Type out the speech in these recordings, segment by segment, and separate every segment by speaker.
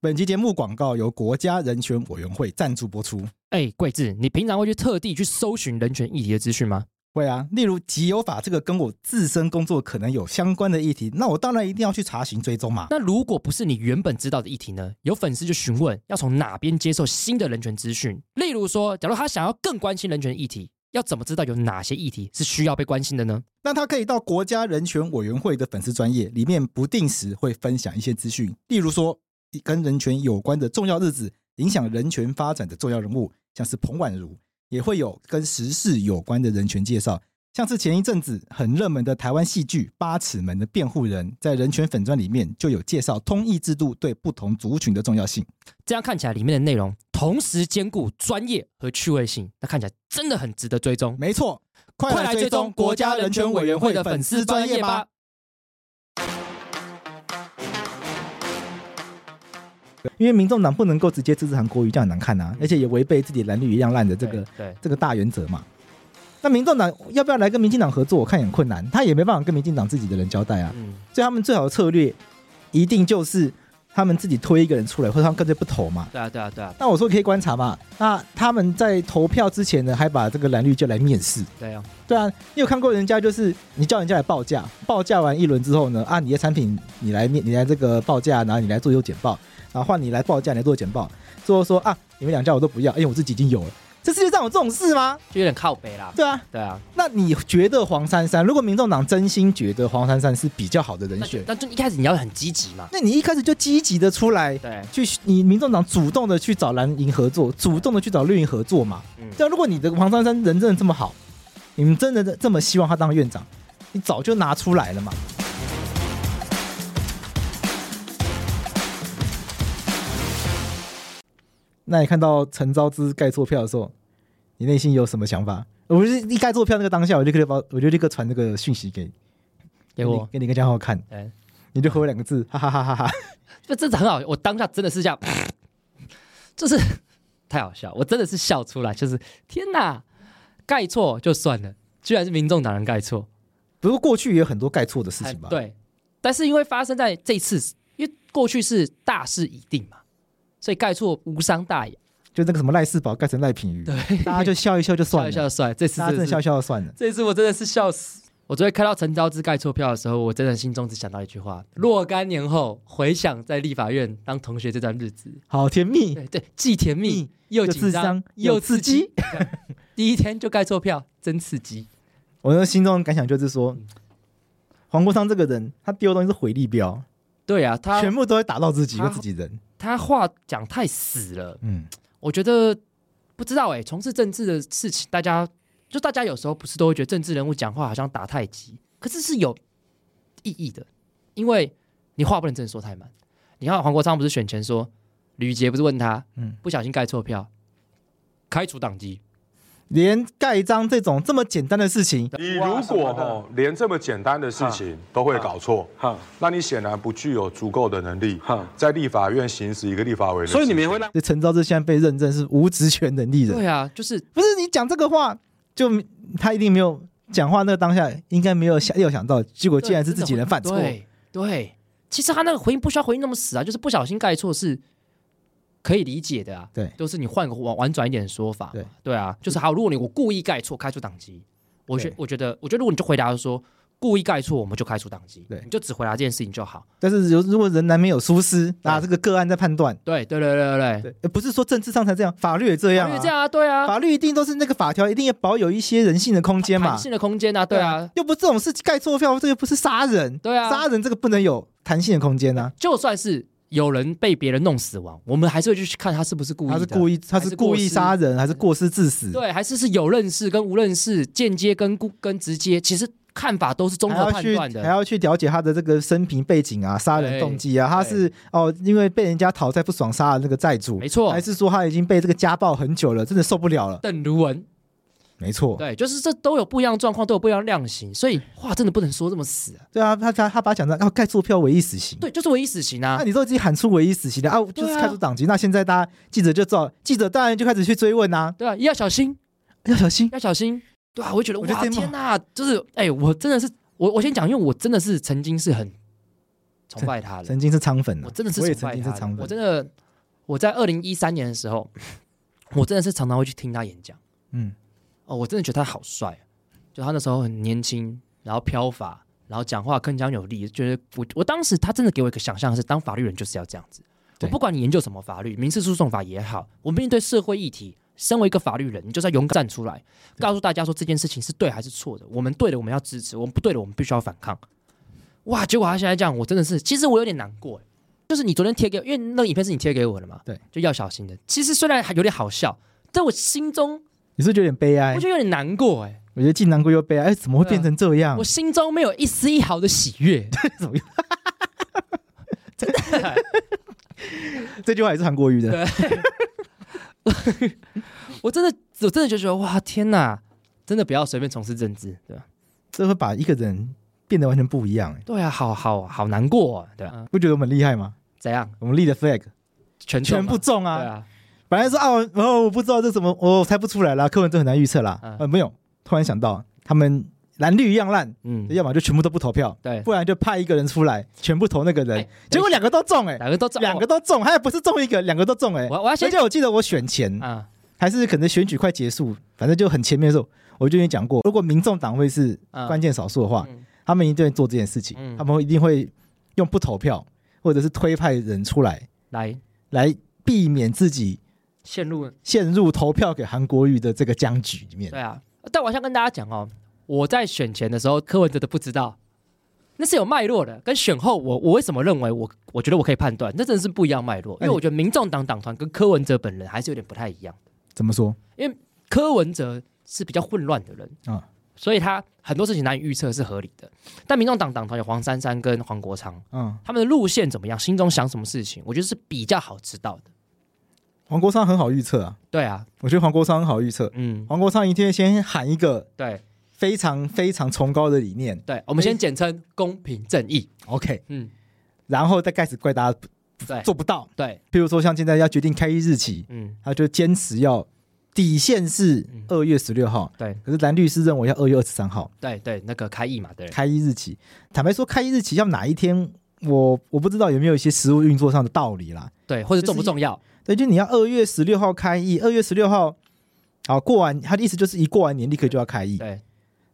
Speaker 1: 本期节目广告由国家人权委员会赞助播出。
Speaker 2: 哎，桂智，你平常会去特地去搜寻人权议题的资讯吗？
Speaker 1: 会啊，例如集邮法这个跟我自身工作可能有相关的议题，那我当然一定要去查询追踪嘛。
Speaker 2: 那如果不是你原本知道的议题呢？有粉丝就询问要从哪边接受新的人权资讯，例如说，假如他想要更关心人权议题，要怎么知道有哪些议题是需要被关心的呢？
Speaker 1: 那他可以到国家人权委员会的粉丝专业里面，不定时会分享一些资讯，例如说跟人权有关的重要日子，影响人权发展的重要人物，像是彭婉如，也会有跟时事有关的人权介绍，像是前一阵子很热门的台湾戏剧《八尺门的辩护人》在人权粉专里面就有介绍通译制度对不同族群的重要性。
Speaker 2: 这样看起来里面的内容同时兼顾专业和趣味性，那看起来真的很值得追踪。
Speaker 1: 没错，快来追踪国家人权委员会的粉丝专业吧。！因为民众党不能够直接支持韩国瑜，这样很难看啊，而且也违背自己蓝绿一样烂的这个
Speaker 2: 对，
Speaker 1: 这个大原则嘛。那民众党要不要来跟民进党合作，我看也很困难，他也没办法跟民进党自己的人交代啊。
Speaker 2: 嗯，
Speaker 1: 所以他们最好的策略，一定就是他们自己推一个人出来，或者他们干脆不投嘛。
Speaker 2: 对啊，对啊，对啊，
Speaker 1: 那我说可以观察嘛。那他们在投票之前呢，还把这个蓝绿就来面试。
Speaker 2: 对啊，
Speaker 1: 对啊，你有看过人家就是你叫人家来报价，报价完一轮之后呢，啊，你的产品你来面你来这个报价，然后你来做优简报，然后换你来报价，你来做简报，最后说啊，你们两家我都不要，因为我自己已经有了。这世界上有这种事吗？
Speaker 2: 就有点靠北啦。
Speaker 1: 对啊，
Speaker 2: 对啊，
Speaker 1: 那你觉得黄珊珊，如果民众党真心觉得黄珊珊是比较好的人
Speaker 2: 那就
Speaker 1: 选，
Speaker 2: 那就一开始你要很积极嘛。
Speaker 1: 那你一开始就积极的出来，
Speaker 2: 对，
Speaker 1: 去你民众党主动的去找蓝营合作，主动的去找绿营合作嘛。
Speaker 2: 嗯，
Speaker 1: 但如果你的黄珊珊人真的这么好，你们真的这么希望她当院长，你早就拿出来了嘛。那你看到陈昭之盖错票的时候，你内心有什么想法？我就是一盖错票那个当下，我就立刻把我就立刻传那个讯息给你
Speaker 2: 给我，哎
Speaker 1: 给你个账号看，
Speaker 2: 对，
Speaker 1: 你就回我两个字，哈哈哈哈哈哈。
Speaker 2: 这真的很好，我当下真的是这样， 就是太好笑，我真的是笑出来，就是天哪，盖错就算了，居然是民众党人盖错，
Speaker 1: 不过过去也有很多盖错的事情吧？
Speaker 2: 哎对，但是因为发生在这一次，因为过去是大势已定嘛，所以盖错无伤大雅，
Speaker 1: 就那个什么赖世宝盖成赖品妤，
Speaker 2: 对，
Speaker 1: 大家就笑一笑就算
Speaker 2: 笑
Speaker 1: 了，
Speaker 2: 一笑就算了，这次
Speaker 1: 大家
Speaker 2: 真
Speaker 1: 真
Speaker 2: 的
Speaker 1: 的
Speaker 2: 是
Speaker 1: 笑一笑就算了。
Speaker 2: 这一次我真的是笑死。我昨天看到陈昭之盖错票的时候，我真的心中只想到一句话：若干年后回想在立法院当同学这段日子，
Speaker 1: 好甜蜜，
Speaker 2: 对对，既甜蜜又
Speaker 1: 又
Speaker 2: 紧
Speaker 1: 智
Speaker 2: 张
Speaker 1: 商
Speaker 2: 又
Speaker 1: 又
Speaker 2: 刺
Speaker 1: 刺
Speaker 2: 激
Speaker 1: 激。
Speaker 2: 第一天就盖错票，真刺激。
Speaker 1: 我的心中的感想就是说，黄国昌这个人，他丢的东西是回力镖，
Speaker 2: 对啊，他
Speaker 1: 全部都会打到自己
Speaker 2: 他
Speaker 1: 或自己人。
Speaker 2: 他话讲太死了，
Speaker 1: 嗯，
Speaker 2: 我觉得不知道哎、从事政治的事情，大家就大家有时候不是都会觉得政治人物讲话好像打太极，可是是有意义的，因为你话不能真的说太满。你看黄国昌不是选前说，吕杰不是问他，嗯
Speaker 1: 嗯，
Speaker 2: 不小心盖错票，开除党籍，
Speaker 1: 连盖章这种这么简单的事情，
Speaker 3: 你如果哈连这么简单的事情都会搞错，
Speaker 4: 哈，
Speaker 3: 那你显然不具有足够的能力
Speaker 4: 哈，
Speaker 3: 在立法院行使一个立法委员的职
Speaker 4: 所
Speaker 3: 权。
Speaker 4: 以你们也会让
Speaker 1: 这陈昭之现在被认证是无职权能力人，
Speaker 2: 对啊，就是
Speaker 1: 不是你讲这个话，就他一定没有讲话那个当下，应该没有想有想到，结果竟然是自己人犯错。
Speaker 2: 对对，其实他那个回应不需要回应那么死啊，就是不小心盖错是可以理解的啊。
Speaker 1: 对
Speaker 2: 就是你换个婉婉转一点的说法嘛。
Speaker 1: 对
Speaker 2: 啊，就是好，如果你我故意盖错，开除党籍，我觉
Speaker 1: 对
Speaker 2: 我觉得我觉得如果你就回答说故意盖错，我们就开除党籍，
Speaker 1: 对
Speaker 2: 你就只回答这件事情就好。
Speaker 1: 但是如如果人难免有疏失，拿这个个案在判断，
Speaker 2: 对对对对对对，
Speaker 1: 对，呃不是说政治上才这样，法律也这样、
Speaker 2: 因
Speaker 1: 啊，
Speaker 2: 为这样啊，对啊，
Speaker 1: 法律一定都是那个法条，一定要保有一些人性的空间
Speaker 2: 弹
Speaker 1: 嘛。
Speaker 2: 性的空间啊，对啊。，
Speaker 1: 又不是这种事盖错票，这又不是杀人。
Speaker 2: 对啊
Speaker 1: 杀人这个不能有弹性的空间啊。
Speaker 2: 就算是有人被别人弄死亡，我们还是会去看他是不是故意的，啊
Speaker 1: 他是故意，啊他
Speaker 2: 还
Speaker 1: 是
Speaker 2: 是过
Speaker 1: 故意
Speaker 2: 失
Speaker 1: 杀人，还是过失致死？
Speaker 2: 对，还是是有认识跟无认识，间接跟故跟直接，其实看法都是综
Speaker 1: 还
Speaker 2: 合
Speaker 1: 要
Speaker 2: 判
Speaker 1: 去
Speaker 2: 断
Speaker 1: 还
Speaker 2: 的。
Speaker 1: 要去了解他的这个生平背景啊，杀人动机啊，他
Speaker 2: 对
Speaker 1: 是哦，因为被人家讨债不爽杀了那个债主，
Speaker 2: 没错
Speaker 1: 还是说他已经被这个家暴很久了，真的受不了了？
Speaker 2: 邓如文，
Speaker 1: 没错，
Speaker 2: 对，就是这都有不一样的状况，都有不一样的量刑，所以话真的不能说这么死、啊。
Speaker 1: 对啊，他他他把他讲成哦，盖错票唯一死刑。
Speaker 2: 对，就是唯一死刑
Speaker 1: 那、
Speaker 2: 啊。
Speaker 1: 你都已经喊出唯一死刑了啊，就是开除党籍。那现在大家记者就知道，记者当然就开始去追问啊，
Speaker 2: 对啊，要小心，
Speaker 1: 要小 心。
Speaker 2: 要小心。对啊，我就觉得
Speaker 1: 我觉得
Speaker 2: 哇，
Speaker 1: 这一幕
Speaker 2: 天哪，就是哎、我真的是我我先讲，因为我真的是曾经是很崇 拜他了
Speaker 1: 曾。经是仓粉啊
Speaker 2: 我真的是
Speaker 1: 我也
Speaker 2: 崇
Speaker 1: 曾
Speaker 2: 拜
Speaker 1: 经
Speaker 2: 他
Speaker 1: 是
Speaker 2: 的
Speaker 1: 仓粉，
Speaker 2: 我真的，我在二零一三年的 时候，我真的是常常会去听他演讲。
Speaker 1: 嗯
Speaker 2: 哦，我真的觉得他好帅，啊就他那时候很年轻，然后飘发，然后讲话铿锵有力，觉得我我当时他真的给我一个想象是，当法律人就是要这样子。我
Speaker 1: 对
Speaker 2: 不管你研究什么法律，民事诉讼法也好，我面对社会议题，身为一个法律人，你就是要勇敢站出来，告诉大家说这件事情是对还是错的。我们对的我们要支持，我们不对的我们必须要反抗。哇！结果他现在这样，我真的是，其实我有点难过。就是你昨天贴给我，因为那个影片是你贴给我的嘛，
Speaker 1: 对，
Speaker 2: 就要小心的。其实虽然还有点好笑，但我心中
Speaker 1: 你是不是有点悲哀
Speaker 2: 我，觉得有点难过哎、
Speaker 1: 我觉得既难过又悲哀，哎，怎么会变成这样
Speaker 2: 我？心中没有一丝一毫的喜悦。
Speaker 1: 怎么
Speaker 2: 真的，
Speaker 1: 这句话也是韩国语的，
Speaker 2: 我真的，我真的就觉得哇，天哪，真的不要随便从事政治，对吧？
Speaker 1: 这会把一个人变得完全不一样，哎，
Speaker 2: 对啊，好好好难过、哦，对吧、
Speaker 1: 不觉得我们很厉害吗？
Speaker 2: 怎样？
Speaker 1: 我们立的 flag
Speaker 2: 全中吗
Speaker 1: 全部中
Speaker 2: 对
Speaker 1: 啊！
Speaker 2: 啊，
Speaker 1: 本来说啊，我哦，我不知道这怎么，我猜不出来啦，柯文哲很难预测啦。
Speaker 2: 嗯
Speaker 1: 呃，没有，突然想到，他们蓝绿一样烂，
Speaker 2: 嗯，
Speaker 1: 要么就全部都不投票，
Speaker 2: 对，
Speaker 1: 不然就派一个人出来，全部投那个人
Speaker 2: 哎，
Speaker 1: 结果两个都中，哎，
Speaker 2: 两个都中，
Speaker 1: 两个都中，还不是中一个，两个都中，哎。
Speaker 2: 我我要
Speaker 1: 而
Speaker 2: 先
Speaker 1: 且我记得我选前，
Speaker 2: 啊，
Speaker 1: 还是可能选举快结束，反正就很前面的时候，我就已经讲过，如果民众党会是
Speaker 2: 嗯
Speaker 1: 关键少数的话，
Speaker 2: 嗯
Speaker 1: 他们一定会做这件事情，
Speaker 2: 嗯
Speaker 1: 他们一定会用不投票或者是推派人出来，
Speaker 2: 来
Speaker 1: 来避免自己
Speaker 2: 陷入
Speaker 1: 陷入投票给韩国瑜的这个僵局里面
Speaker 2: 对。啊。但我想跟大家讲哦，我在选前的时候，柯文哲的不知道，那是有脉络的。跟选后我，我为什么认为我，我觉得我可以判断，那真的是不一样脉络。因
Speaker 1: 那
Speaker 2: 为
Speaker 1: 你
Speaker 2: 我觉得民众党党团跟柯文哲本人还是有点不太一样。
Speaker 1: 怎么说？
Speaker 2: 柯文哲是比较混乱的人
Speaker 1: 啊
Speaker 2: 所以他很多事情难以预测是合理的。但民众党党团有黄珊珊跟黄国昌，
Speaker 1: 嗯，
Speaker 2: 他们的路线怎么样，心中想什么事情，我觉得是比较好知道的。
Speaker 1: 黄国昌很好预测啊，
Speaker 2: 对啊，
Speaker 1: 我觉得黄国昌很好预测。
Speaker 2: 嗯，
Speaker 1: 黄国昌一定会先喊一个
Speaker 2: 对
Speaker 1: 非常非常崇高的理念
Speaker 2: 对，我们先简称公平正义。
Speaker 1: ，OK，
Speaker 2: 嗯，
Speaker 1: 然后再开始怪大家
Speaker 2: 对
Speaker 1: 做不到。
Speaker 2: 对，
Speaker 1: 譬如说，像现在要决定开议日期，
Speaker 2: 嗯
Speaker 1: 他就坚持要底线是
Speaker 2: 嗯
Speaker 1: 二月十六号，
Speaker 2: 对
Speaker 1: 可是蓝律师认为要二月二十三号
Speaker 2: 对对，那个开议嘛，对
Speaker 1: 开议日期。坦白说，开议日期要哪一天，我我不知道有没有一些实务运作上的道理啦。
Speaker 2: 对，或者
Speaker 1: 就是
Speaker 2: 重不重要？
Speaker 1: 对，就你要二月十六号开议，二月十六号，好过完，他的意思就是一过完年立刻就要开议。
Speaker 2: 对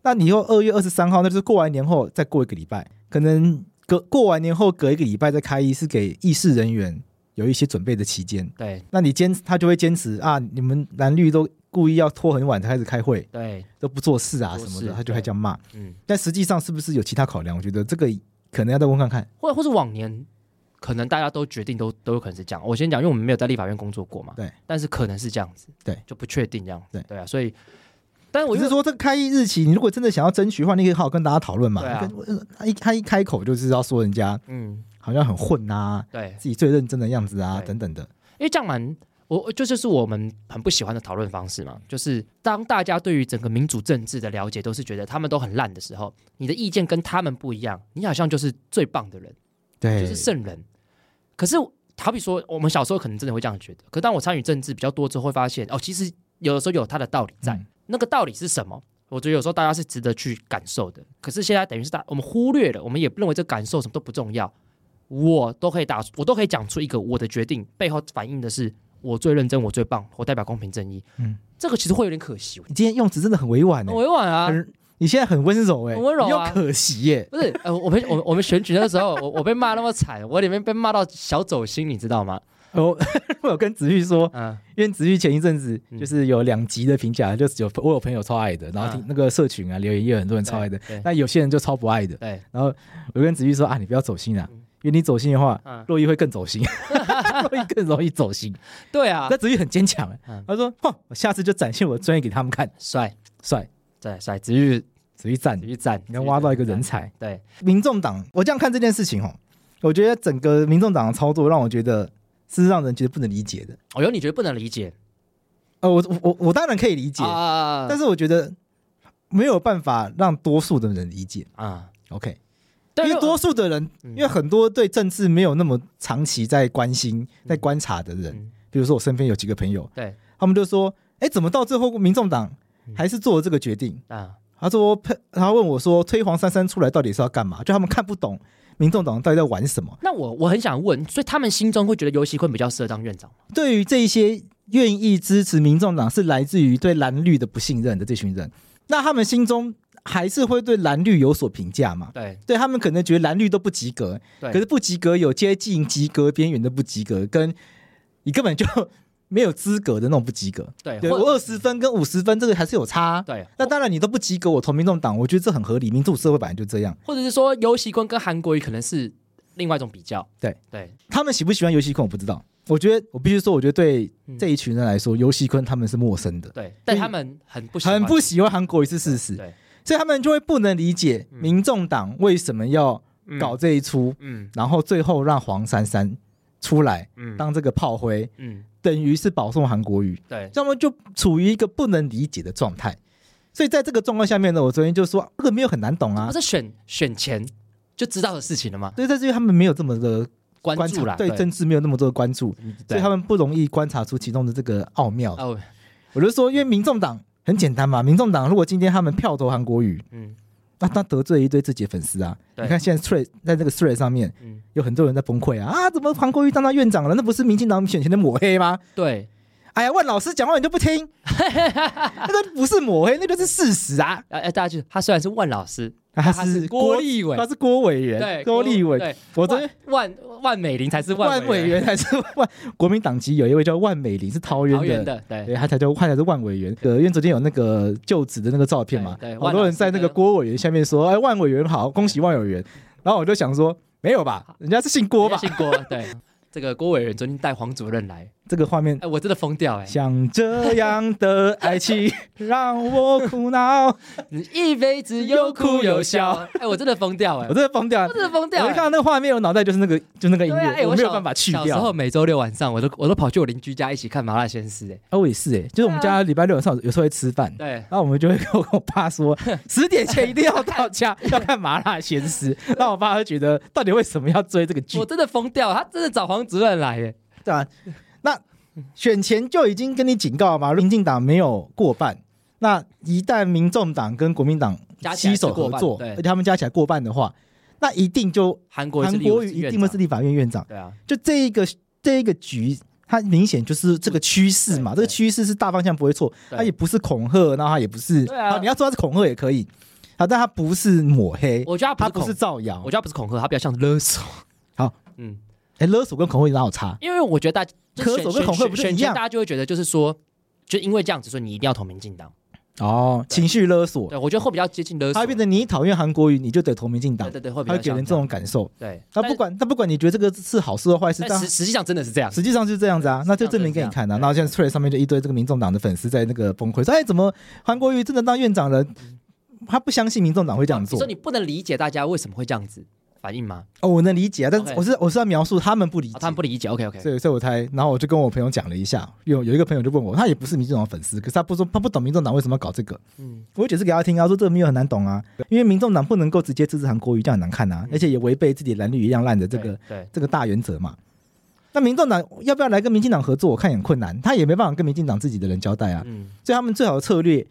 Speaker 1: 那你又二月二十三号，那就是过完年后再过一个礼拜，可能隔过完年后隔一个礼拜再开议，是给议事人员有一些准备的期间。
Speaker 2: 对
Speaker 1: 那你坚他就会坚持啊，你们蓝绿都故意要拖很晚才开始开会，
Speaker 2: 对，
Speaker 1: 都不做事啊
Speaker 2: 做
Speaker 1: 什么
Speaker 2: 事
Speaker 1: 的，他就会
Speaker 2: 对
Speaker 1: 这样骂。
Speaker 2: 嗯，
Speaker 1: 但实际上是不是有其他考量？我觉得这个可能要再问看看。
Speaker 2: 或或是往年。可能大家都决定都都有可能是这样。我先讲，因为我们没有在立法院工作过嘛，
Speaker 1: 对，
Speaker 2: 但是可能是这样子，
Speaker 1: 对，
Speaker 2: 就不确定这样，
Speaker 1: 对
Speaker 2: 对啊，所以，但是我
Speaker 1: 我
Speaker 2: 就是
Speaker 1: 说，这个开议日期，你如果真的想要争取的话，你可以好好跟大家讨论嘛。
Speaker 2: 对啊
Speaker 1: 跟呃他一他一开口就是要说人家
Speaker 2: 嗯，
Speaker 1: 好像很混啊，
Speaker 2: 对，
Speaker 1: 自己最认真的样子啊
Speaker 2: 对
Speaker 1: 等等的。
Speaker 2: 因为这样蛮，我我这就是我们很不喜欢的讨论方式嘛。就是当大家对于整个民主政治的了解都是觉得他们都很烂的时候，你的意见跟他们不一样，你好像就是最棒的人，
Speaker 1: 对，
Speaker 2: 就是圣人。可是好比说，我们小时候可能真的会这样觉得，可当我参与政治比较多之后，会发现哦，其实有的时候有它的道理在。
Speaker 1: 嗯
Speaker 2: 那个道理是什么？我觉得有时候大家是值得去感受的。可是现在等于是大我们忽略了，我们也认为这感受什么都不重要，我都可以打，我都可以讲出一个我的决定背后反映的是我最认真，我最棒，我代表公平正义。
Speaker 1: 嗯
Speaker 2: 嗯，这个其实会有点可惜，
Speaker 1: 你今天用词真的很委婉
Speaker 2: 很
Speaker 1: 呢、
Speaker 2: 委婉啊。
Speaker 1: 很你现在很温柔哎、
Speaker 2: 很温柔啊
Speaker 1: 你又可惜耶、
Speaker 2: 不是，呃，我们我们我们选举那个时候，我我被骂那么惨，我里面被骂到小走心，你知道吗？
Speaker 1: 我 我有跟子玉说，
Speaker 2: 嗯，
Speaker 1: 因为子玉前一阵子
Speaker 2: 嗯
Speaker 1: 就是有两集的评价，就是有我有朋友超爱的，然后听
Speaker 2: 嗯
Speaker 1: 那个社群啊留言也有很多人超爱的
Speaker 2: 对对，
Speaker 1: 那有些人就超不爱的。
Speaker 2: 对，
Speaker 1: 然后我跟子玉说啊，你不要走心啊，
Speaker 2: 嗯
Speaker 1: 因为你走心的话，
Speaker 2: 嗯
Speaker 1: 洛伊会更走心， 洛伊更容易走心。
Speaker 2: 对啊
Speaker 1: 那，子玉很坚强欸
Speaker 2: 嗯，
Speaker 1: 他说哼，我下次就展现我的专业给他们看，
Speaker 2: 帅，
Speaker 1: 帅，
Speaker 2: 对，帅，子玉
Speaker 1: 子玉赞
Speaker 2: 子，玉赞，
Speaker 1: 你能挖到一个人才。
Speaker 2: 对，
Speaker 1: 民众党，我这样看这件事情哦，我觉得整个民众党的操作让我觉得是让人觉得不能理解的。
Speaker 2: 哦，有你觉得不能理解
Speaker 1: 呃，我我我我当然可以理解，
Speaker 2: 啊
Speaker 1: 但
Speaker 2: 是
Speaker 1: 是我觉得没有办法让多数的人理解。
Speaker 2: 啊，
Speaker 1: OK，因
Speaker 2: 对
Speaker 1: 为多数的人，
Speaker 2: 嗯
Speaker 1: 因为很多对政治没有那么长期在关心、
Speaker 2: 嗯
Speaker 1: 在观察的人，
Speaker 2: 嗯
Speaker 1: 比如说我身边有几个朋友，
Speaker 2: 对
Speaker 1: 他们就说：“哎，怎么到最后民众党
Speaker 2: 嗯
Speaker 1: 还是做了这个决定
Speaker 2: 啊，？”
Speaker 1: 他说：“呸他问我说，推黄珊珊出来到底是要干嘛？”就他们看不懂民众党到底在玩什么？
Speaker 2: 那我我很想问，所以他们心中会觉得尤喜坤比较适合当院长吗？
Speaker 1: 对于这一些愿意支持民众党是来自于对蓝绿的不信任的这群人，那他们心中还是会对蓝绿有所评价嘛？
Speaker 2: 对
Speaker 1: 对他们可能觉得蓝绿都不及格，
Speaker 2: 对，
Speaker 1: 可是不及格有接近及格边缘的不及格，跟你根本就没有资格的那种不及格。
Speaker 2: 对
Speaker 1: 对
Speaker 2: 或
Speaker 1: 我二十分跟五十分这个还是有差啊、
Speaker 2: 对，
Speaker 1: 那当然你都不及格，我投民众党，我觉得这很合理，民主社会本来就这样。
Speaker 2: 或者是说尤喜坤跟韩国瑜可能是另外一种比较。
Speaker 1: 对
Speaker 2: 对，
Speaker 1: 他们喜不喜欢游戏坤我不知道，我觉得我必须说，我觉得对
Speaker 2: 嗯
Speaker 1: 这一群人来说，游戏坤他们是陌生的，
Speaker 2: 对，但他们很不喜欢嗯
Speaker 1: 很不喜欢韩国语是事实，
Speaker 2: 对，
Speaker 1: 所以他们就会不能理解
Speaker 2: 嗯
Speaker 1: 民众党为什么要
Speaker 2: 嗯
Speaker 1: 搞这一出，
Speaker 2: 嗯
Speaker 1: 然后最后让黄珊珊出来
Speaker 2: 嗯
Speaker 1: 当这个炮灰，
Speaker 2: 嗯
Speaker 1: 等于是保送韩国瑜。
Speaker 2: 对
Speaker 1: 他们就处于一个不能理解的状态。所以在这个状况下面呢，我昨天就说这个没有很难懂啊
Speaker 2: 不，是选选前就知道的事情了吗？
Speaker 1: 所以在这他们没有这么的
Speaker 2: 关
Speaker 1: 观
Speaker 2: 注
Speaker 1: 察，
Speaker 2: 啦，
Speaker 1: 对政治没有那么多的关注，所以他们不容易观察出其中的这个奥妙。
Speaker 2: 哦，
Speaker 1: 我就说，因为民众党很简单嘛，民众党如果今天他们票投韩国瑜，
Speaker 2: 嗯
Speaker 1: 那他得罪一堆自己的粉丝啊。
Speaker 2: 对
Speaker 1: 你看现在 thread 在这个 thread 上面
Speaker 2: 嗯，
Speaker 1: 有很多人在崩溃啊啊，怎么韩国瑜当到院长了？那不是民进党选前的抹黑吗？
Speaker 2: 对，
Speaker 1: 哎呀，万老师讲话你就不听，那个不是抹黑，那个是事实啊。
Speaker 2: 哎、哎，大家就他虽然是万老师，
Speaker 1: 啊
Speaker 2: 但
Speaker 1: 他是
Speaker 2: 郭立伟，
Speaker 1: 他是郭委员，
Speaker 2: 对
Speaker 1: 郭立伟。
Speaker 2: 对，
Speaker 1: 我昨天
Speaker 2: 万万万美玲才是
Speaker 1: 万委
Speaker 2: 委员，
Speaker 1: 员还是万 国民党籍有一位叫万美玲，是桃
Speaker 2: 桃
Speaker 1: 园
Speaker 2: 园
Speaker 1: 的，
Speaker 2: 的，对
Speaker 1: 对，他才叫他才是万委员。哎呃，因为昨天有那个就职的那个照片嘛
Speaker 2: 对对，
Speaker 1: 好多人在那个郭委员下面说：“哎，万委员好，恭喜万委员。”然后我就想说，没有吧，人家是姓郭吧
Speaker 2: 嗯人家？姓郭，对，这个郭委员昨天带黄主任来，
Speaker 1: 这个画面
Speaker 2: 哎、。我真的疯掉哎、
Speaker 1: 像这样的爱 情让我苦恼，
Speaker 2: 你一辈子有哭有笑，哎、我真的疯掉哎、
Speaker 1: 我真的疯掉了。
Speaker 2: 我真的疯
Speaker 1: 我一
Speaker 2: 掉、哎
Speaker 1: 看到那个画面，我脑袋就是那个，就那个音
Speaker 2: 对啊，哎、
Speaker 1: 乐，我没
Speaker 2: 小
Speaker 1: 有办法去
Speaker 2: 小时
Speaker 1: 掉
Speaker 2: 候。每周六晚上，我都我都跑去我邻居家一起看《麻辣鲜师》哎，
Speaker 1: 啊，我也是哎、就是我们
Speaker 2: 对啊
Speaker 1: 家礼拜六晚上有时候会吃饭，
Speaker 2: 对，
Speaker 1: 然后我们就会跟我跟我爸 说，十点前一定要到家，要看麻辣鲜师。那我爸会觉得，到底为什么要追这个剧
Speaker 2: 我？真的疯掉，他真的找黄主任来哎、
Speaker 1: 对啊，那选前就已经跟你警告嘛，民进党没有过半，那一旦民众党跟国民党
Speaker 2: 加起来
Speaker 1: 携
Speaker 2: 是
Speaker 1: 手
Speaker 2: 过
Speaker 1: 合
Speaker 2: 半
Speaker 1: 作，
Speaker 2: 对
Speaker 1: 而且他们加起来过半的话，那一定就
Speaker 2: 韩国也是
Speaker 1: 韩
Speaker 2: 立委
Speaker 1: 国瑜
Speaker 2: 院
Speaker 1: 一定会
Speaker 2: 长
Speaker 1: 是立法院院长。
Speaker 2: 对啊，
Speaker 1: 就这一个这一个局，它明显就是这个趋势嘛，
Speaker 2: 对
Speaker 1: 这个趋势是大方向不会错，
Speaker 2: 对
Speaker 1: 它也不是恐吓，那它也不是，
Speaker 2: 对啊
Speaker 1: 好你要说它是恐吓也可以，好，但它不是抹黑，
Speaker 2: 我觉得
Speaker 1: 它
Speaker 2: 他
Speaker 1: 不
Speaker 2: 不
Speaker 1: 是
Speaker 2: 是恐，
Speaker 1: 造谣
Speaker 2: 我，觉得他不是恐吓，他比较像勒索。
Speaker 1: 好，
Speaker 2: 嗯，
Speaker 1: 哎，勒索跟恐吓有哪有差？
Speaker 2: 因为我觉得大家
Speaker 1: 勒索跟恐吓不是一样
Speaker 2: 选选大家就会觉得就是说，就因为这样子，所以你一定要投民进党。
Speaker 1: 哦，情绪勒索，
Speaker 2: 对，我觉得会比较接近勒
Speaker 1: 它
Speaker 2: 索，
Speaker 1: 会变成你讨厌韩国语，你就得投民进党
Speaker 2: 对，对对，会比
Speaker 1: 它
Speaker 2: 较
Speaker 1: 会给人
Speaker 2: 像
Speaker 1: 这种感受。
Speaker 2: 这样对。
Speaker 1: 那
Speaker 2: 但
Speaker 1: 不管，那不管你觉得这个是好事或坏事，
Speaker 2: 但
Speaker 1: 但
Speaker 2: 实实际上真的是这样，
Speaker 1: 实际上就是这样子啊，那就证明给你看啊。然后现在 t w 上面就一堆这个民众党的粉丝在那个崩溃，说：“哎，怎么韩国瑜真的当院长了？他不相信民众党会这样
Speaker 2: 哦你
Speaker 1: 做。
Speaker 2: 说”你不能理解大家为什么会这样子反应吗？
Speaker 1: 哦，我能理解啊，但是
Speaker 2: OK
Speaker 1: 我是我是在描述他们不理解，
Speaker 2: 啊他们不理解。OK OK，
Speaker 1: 所以所以我才，然后我就跟我朋友讲了一下，有有一个朋友就问我，他也不是民进党的粉丝，可是他不说他不懂民众党为什么要搞这个，
Speaker 2: 嗯，
Speaker 1: 我解释给他听啊，说这个没有很难懂啊，因为民众党不能够直接支持韩国瑜，这样很难看啊，而且也违背自己蓝绿一样烂的这个
Speaker 2: 对对
Speaker 1: 这个大原则嘛。那民众党要不要来跟民进党合作，我看也很困难，他也没办法跟民进党自己的人交代啊，
Speaker 2: 嗯
Speaker 1: 所以他们最好的策略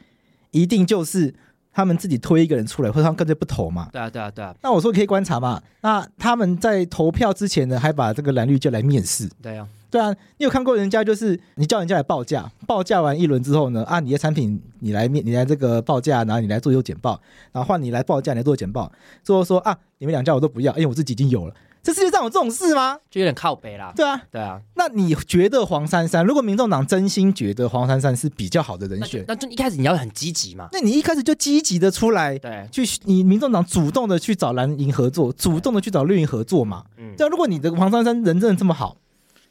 Speaker 1: 一定就是他们自己推一个人出来，或者他们干脆不投嘛。
Speaker 2: 对啊对啊对啊
Speaker 1: 那我说可以观察嘛。那他们在投票之前呢，还把这个蓝绿叫来面试。
Speaker 2: 对啊，
Speaker 1: 对啊，你有看过人家就是你叫人家来报价，报价完一轮之后呢，啊，你的产品你来面，你来这个报价，然后你来做有简报，然后换你来报价，你来做简报，最后说啊，你们两家我都不要，因为我自己已经有了。这世界上有这种事吗？
Speaker 2: 就有点靠北啦。
Speaker 1: 对啊，
Speaker 2: 对啊，
Speaker 1: 那你觉得黄珊珊，如果民众党真心觉得黄珊珊是比较好的人
Speaker 2: 那就
Speaker 1: 选，
Speaker 2: 那就一开始你要很积极嘛。
Speaker 1: 那你一开始就积极的出来，
Speaker 2: 对，
Speaker 1: 去你民众党主动的去找蓝营合作，主动的去找绿营合作嘛。
Speaker 2: 嗯，
Speaker 1: 对啊，如果你的黄珊珊人真的这么好，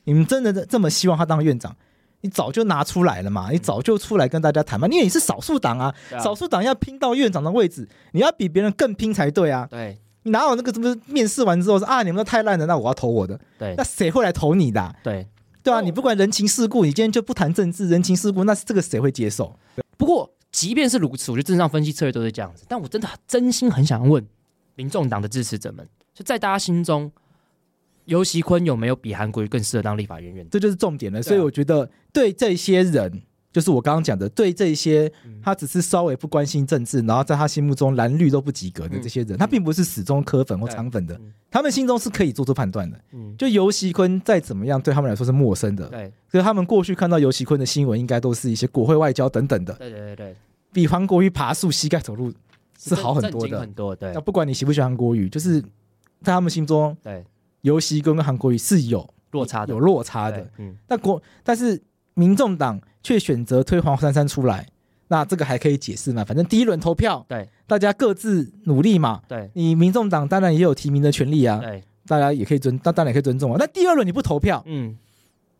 Speaker 1: 你们真的这么希望她当院长，你早就拿出来了嘛，你早就出来跟大家谈嘛，因为你是少数党啊，
Speaker 2: 对啊
Speaker 1: 少数党要拼到院长的位置，你要比别人更拼才对啊。
Speaker 2: 对
Speaker 1: 你哪有那个什么面试完之后说啊，你们都太烂了，那我要投我的，
Speaker 2: 对
Speaker 1: 那谁会来投你的啊、
Speaker 2: 对。
Speaker 1: 对啊，
Speaker 2: 哦
Speaker 1: 你不管人情世故，你今天就不谈政治人情世故，那这个谁会接受？
Speaker 2: 不过，即便是如此，我觉得政商分析策略都是这样子。但我真的真心很想问民众党的支持者们，就在大家心中，尤熙坤有没有比韩国瑜更适合当立法院院长？
Speaker 1: 这就是重点了。
Speaker 2: 对啊
Speaker 1: 所以我觉得对这些人，就是我刚刚讲的，对这些
Speaker 2: 嗯
Speaker 1: 他只是稍微不关心政治，然后在他心目中蓝绿都不及格的这些人，他并不是始终磕粉或
Speaker 2: 嗯对
Speaker 1: 肠粉的
Speaker 2: 嗯，
Speaker 1: 他们心中是可以做出判断的。
Speaker 2: 嗯，
Speaker 1: 就尤熙坤再怎么样，对他们来说是陌生的，
Speaker 2: 对
Speaker 1: 所以他们过去看到尤熙坤的新闻，应该都是一些国会外交等等的，
Speaker 2: 对对对对，
Speaker 1: 比韩国瑜爬树膝盖走路是好很
Speaker 2: 震
Speaker 1: 多
Speaker 2: 惊
Speaker 1: 的
Speaker 2: 很。多，对
Speaker 1: 那不管你喜不喜欢韩国瑜，就是在他们心中，
Speaker 2: 对，
Speaker 1: 尤熙坤跟韩国瑜是有
Speaker 2: 落差的
Speaker 1: 有落差的
Speaker 2: 对。嗯，
Speaker 1: 那国但是民众党却选择推黄珊珊出来，那这个还可以解释嘛？反正第一轮投票，
Speaker 2: 对
Speaker 1: 大家各自努力嘛。
Speaker 2: 对
Speaker 1: 你民众党当然也有提名的权利啊，
Speaker 2: 对，
Speaker 1: 大家也可以尊，那当然也可以尊重啊。那第二轮你不投票，
Speaker 2: 嗯，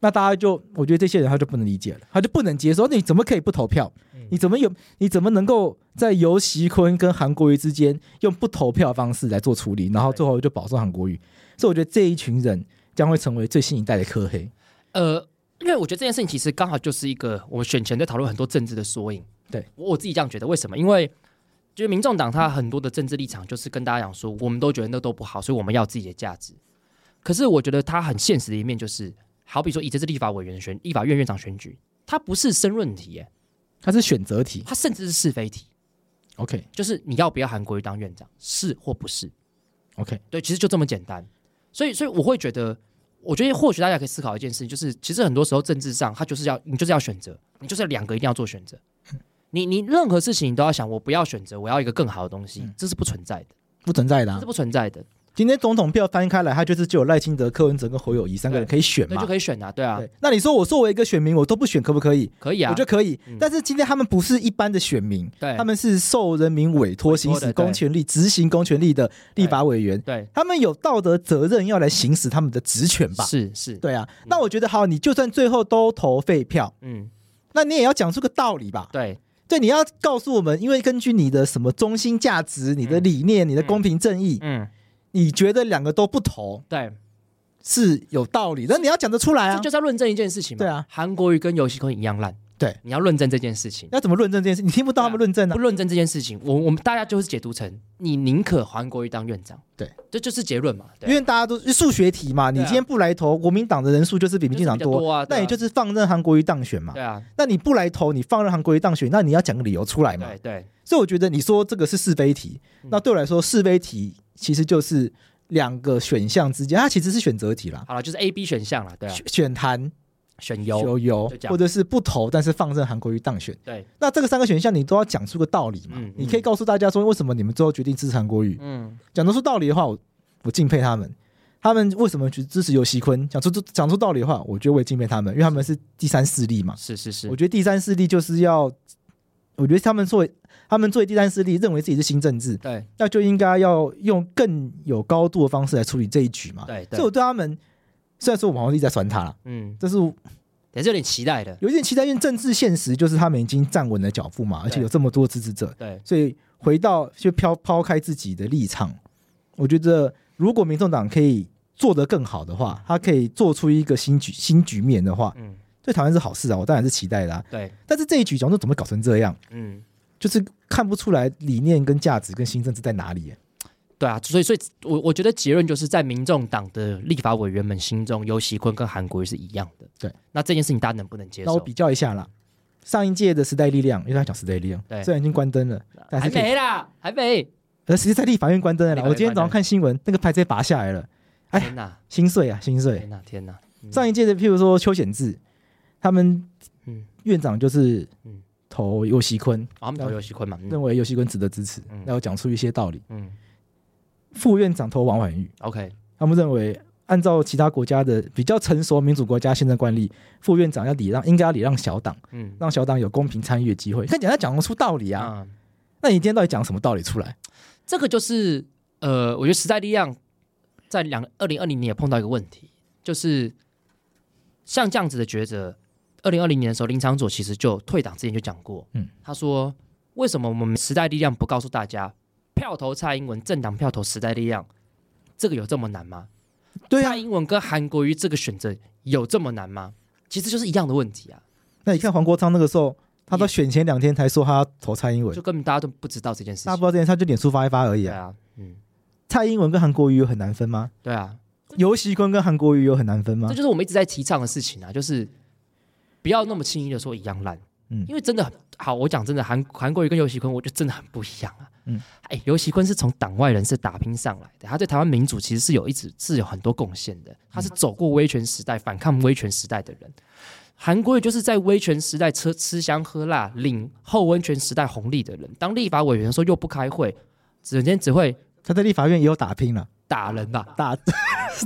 Speaker 1: 那大家就我觉得这些人他就不能理解了，他就不能接受，你怎么可以不投票
Speaker 2: 嗯？
Speaker 1: 你怎么有你怎么能够在尤习坤跟韩国瑜之间用不投票的方式来做处理，然后最后就保送韩国瑜？所以我觉得这一群人将会成为最新一代的科黑。
Speaker 2: 呃，因为我觉得这件事情其实刚好就是一个我们选前在讨论很多政治的缩影。
Speaker 1: 对
Speaker 2: 我我自己这样觉得，为什么？因为就是民众党他很多的政治立场就是跟大家讲说，我们都觉得那都不好，所以我们要有自己的价值。可是我觉得他很现实的一面就是，好比说以这次立法委员选、立法院院长选举，它不是申论题，耶，
Speaker 1: 它是选择题
Speaker 2: 它甚至是是非题，
Speaker 1: ，OK
Speaker 2: 就是你要不要韩国瑜当院长，是或不是。
Speaker 1: OK，
Speaker 2: 对，其实就这么简单。所以，所以我会觉得，我觉得或许大家可以思考一件事情，就是其实很多时候政治上，它就是要你就是要选择，你就是要两个一定要做选择。你你任何事情你都要想，我不要选择，我要一个更好的东西，
Speaker 1: 嗯
Speaker 2: 这是不存在的，
Speaker 1: 不存在的、
Speaker 2: 这
Speaker 1: 啊
Speaker 2: 是。不存在的。
Speaker 1: 今天总统票翻开来，它就是只有赖清德、柯文哲跟侯友谊三个人可以选
Speaker 2: 对，
Speaker 1: 嘛
Speaker 2: 就。可以选啊，对啊，
Speaker 1: 对，那你说我作为一个选民，我都不选可不可以？
Speaker 2: 可以啊，
Speaker 1: 我觉得可以
Speaker 2: 嗯。
Speaker 1: 但是今天他们不是一般的选民，
Speaker 2: 对，
Speaker 1: 他们是受人民委托行
Speaker 2: 委托
Speaker 1: 使
Speaker 2: 的对
Speaker 1: 公权力、执行公权力的立法委员，
Speaker 2: 对
Speaker 1: 他们有道德责任要来行使他们的职权吧？
Speaker 2: 是嗯是，
Speaker 1: 对啊。那我觉得好，你就算最后都投废票，
Speaker 2: 嗯，
Speaker 1: 那你也要讲出个道理吧？
Speaker 2: 对
Speaker 1: 对，你要告诉我们，因为根据你的什么中心价值、你的理念、你的公平正义，
Speaker 2: 嗯
Speaker 1: 你觉得两个都不投
Speaker 2: 对，
Speaker 1: 是有道理，那你要讲得出来
Speaker 2: 这
Speaker 1: 啊
Speaker 2: 就。是要论证一件事情嘛。
Speaker 1: 对啊，
Speaker 2: 韩国瑜跟游戏坤一样烂，
Speaker 1: 对，
Speaker 2: 你要论证这件事情。
Speaker 1: 要怎么论证这件事？你听不到他们论证啊
Speaker 2: 不？论证这件事情，我我们大家就是解读成你宁可韩国瑜当院长，
Speaker 1: 对，
Speaker 2: 这就是结论嘛。对啊
Speaker 1: 因为大家都是数学题嘛，你
Speaker 2: 对啊
Speaker 1: 今天不来投，国民党的人数就是比民进党
Speaker 2: 就是比较多啊对啊
Speaker 1: 那你就是放任韩国瑜当选嘛
Speaker 2: 对。啊，
Speaker 1: 那你不来投，你放任韩国瑜当选，那你要讲个理由出来嘛
Speaker 2: 对。对
Speaker 1: 所以我觉得你说这个是是非题，
Speaker 2: 嗯
Speaker 1: 那对我来说是非题其实就是两个选项之间，它其实是选择题啦，
Speaker 2: 好了，就是 A、B 选项了，对啊
Speaker 1: 选，选谈、
Speaker 2: 选
Speaker 1: 求
Speaker 2: 优，
Speaker 1: 由
Speaker 2: 就这，样
Speaker 1: 或者是不投，但是放任韩国瑜当选。
Speaker 2: 对，
Speaker 1: 那这个三个选项你都要讲出个道理嘛
Speaker 2: 嗯嗯？
Speaker 1: 你可以告诉大家说为什么你们最后决定支持韩国瑜，
Speaker 2: 嗯，
Speaker 1: 讲得出道理的话，我我敬佩他们。他们为什么去支持尤熙坤？讲出讲出道理的话，我觉得我也敬佩他们，因为他们是第三势力嘛。
Speaker 2: 是是是
Speaker 1: 我，觉得第三势力就是要，我觉得他们作为他们作为第三势力，认为自己是新政治，
Speaker 2: 对
Speaker 1: 那就应该要用更有高度的方式来处理啊这一局嘛。
Speaker 2: 对
Speaker 1: 所以我
Speaker 2: 对，
Speaker 1: 对他们，虽然说我们好像一直在酸他啦，
Speaker 2: 嗯，
Speaker 1: 但是有
Speaker 2: 也是有点期待的，
Speaker 1: 一点期待，因为政治现实就是他们已经站稳了脚步嘛，而且有这么多支持者，
Speaker 2: 对，
Speaker 1: 所以回到就抛抛开自己的立场，我觉得如果民众党可以做得更好的话，他可以做出一个新局新局面的话，
Speaker 2: 嗯
Speaker 1: 对台湾是好事啊，我当然是期待的、啊。
Speaker 2: 对，
Speaker 1: 但是这一局讲说怎么搞成这样，
Speaker 2: 嗯，
Speaker 1: 就是看不出来理念跟价值跟新政治在哪里耶。
Speaker 2: 对啊，所以所以，我我觉得结论就是在民众党的立法委员们心中，尤熙坤跟韩国瑜是一样的，
Speaker 1: 对，
Speaker 2: 那这件事情大家能不能接
Speaker 1: 那我
Speaker 2: 受
Speaker 1: 比？较一下啦，上一届的时代力量，因为他讲时代力量，
Speaker 2: 对
Speaker 1: 虽然已经关灯了，但
Speaker 2: 还
Speaker 1: 是可以，
Speaker 2: 没啦，还没，
Speaker 1: 而实际在立法院关灯了啦。
Speaker 2: 立法院
Speaker 1: 我今天早上
Speaker 2: 关灯
Speaker 1: 看新闻，那个牌直接拔下来了，哎
Speaker 2: 天哪，
Speaker 1: 心碎啊，心碎。
Speaker 2: 天哪，天哪，嗯
Speaker 1: 上一届的，譬如说邱显志，他们
Speaker 2: 嗯
Speaker 1: 院长就是
Speaker 2: 嗯
Speaker 1: 投尤熙坤，
Speaker 2: 哦他们投尤熙坤嘛，
Speaker 1: 认
Speaker 2: 嗯
Speaker 1: 为尤熙坤值得支持
Speaker 2: 嗯，
Speaker 1: 然后讲出一些道理。
Speaker 2: 嗯
Speaker 1: 副院长投王婉玉，
Speaker 2: ，OK，
Speaker 1: 他们认为按照其他国家的比较成熟民主国家宪政惯例，副院长要礼让，应该要礼让小党，
Speaker 2: 嗯，
Speaker 1: 让小党有公平参与的机会。看起来他讲得出道理啊，
Speaker 2: 啊，
Speaker 1: 那你今天到底讲什么道理出来？
Speaker 2: 这个就是呃，我觉得时代力量在两二零二零年也碰到一个问题，就是像这样子的抉择。二零二零年的时候，林长佐其实就退党之前就讲过，
Speaker 1: 嗯
Speaker 2: 嗯，他说为什么我们时代力量不告诉大家票投蔡英文，政党票投时代力量，这个有这么难吗？
Speaker 1: 对啊
Speaker 2: 蔡，英文跟韩国瑜这个选择有这么难吗？其实就是一样的问题啊，
Speaker 1: 那你看黄国昌那个时候，他到
Speaker 2: 也
Speaker 1: 选前两天才说他要投蔡英文
Speaker 2: 就，根本大家都不知道这件事
Speaker 1: 大家不
Speaker 2: 情。
Speaker 1: 知道这件事，他就脸书发一发而已
Speaker 2: 对
Speaker 1: 啊。
Speaker 2: 啊，嗯，
Speaker 1: 蔡英文跟韩国瑜有很难分吗？
Speaker 2: 对啊，
Speaker 1: 尤熙坤跟韩国瑜有很难分吗
Speaker 2: 这？就是我们一直在提倡的事情啊，就是不要那么轻易的说一样烂，
Speaker 1: 嗯
Speaker 2: 因为真的很好，我讲真的，韩韩国瑜跟尤熙坤，我觉得真的很不一样
Speaker 1: 嗯
Speaker 2: 啊。嗯，哎，尤熙坤是从党外人士打拼上来的，他对台湾民主其实是有一直是有很多贡献的，他是走过威权时代、反抗威权时代的人。韩国瑜就是在威权时代吃吃香喝辣、领后温泉时代红利的人。当立法委员的时候又不开会，整天只会
Speaker 1: 他在立法院也有打拼了，
Speaker 2: 打 人吧，
Speaker 1: 打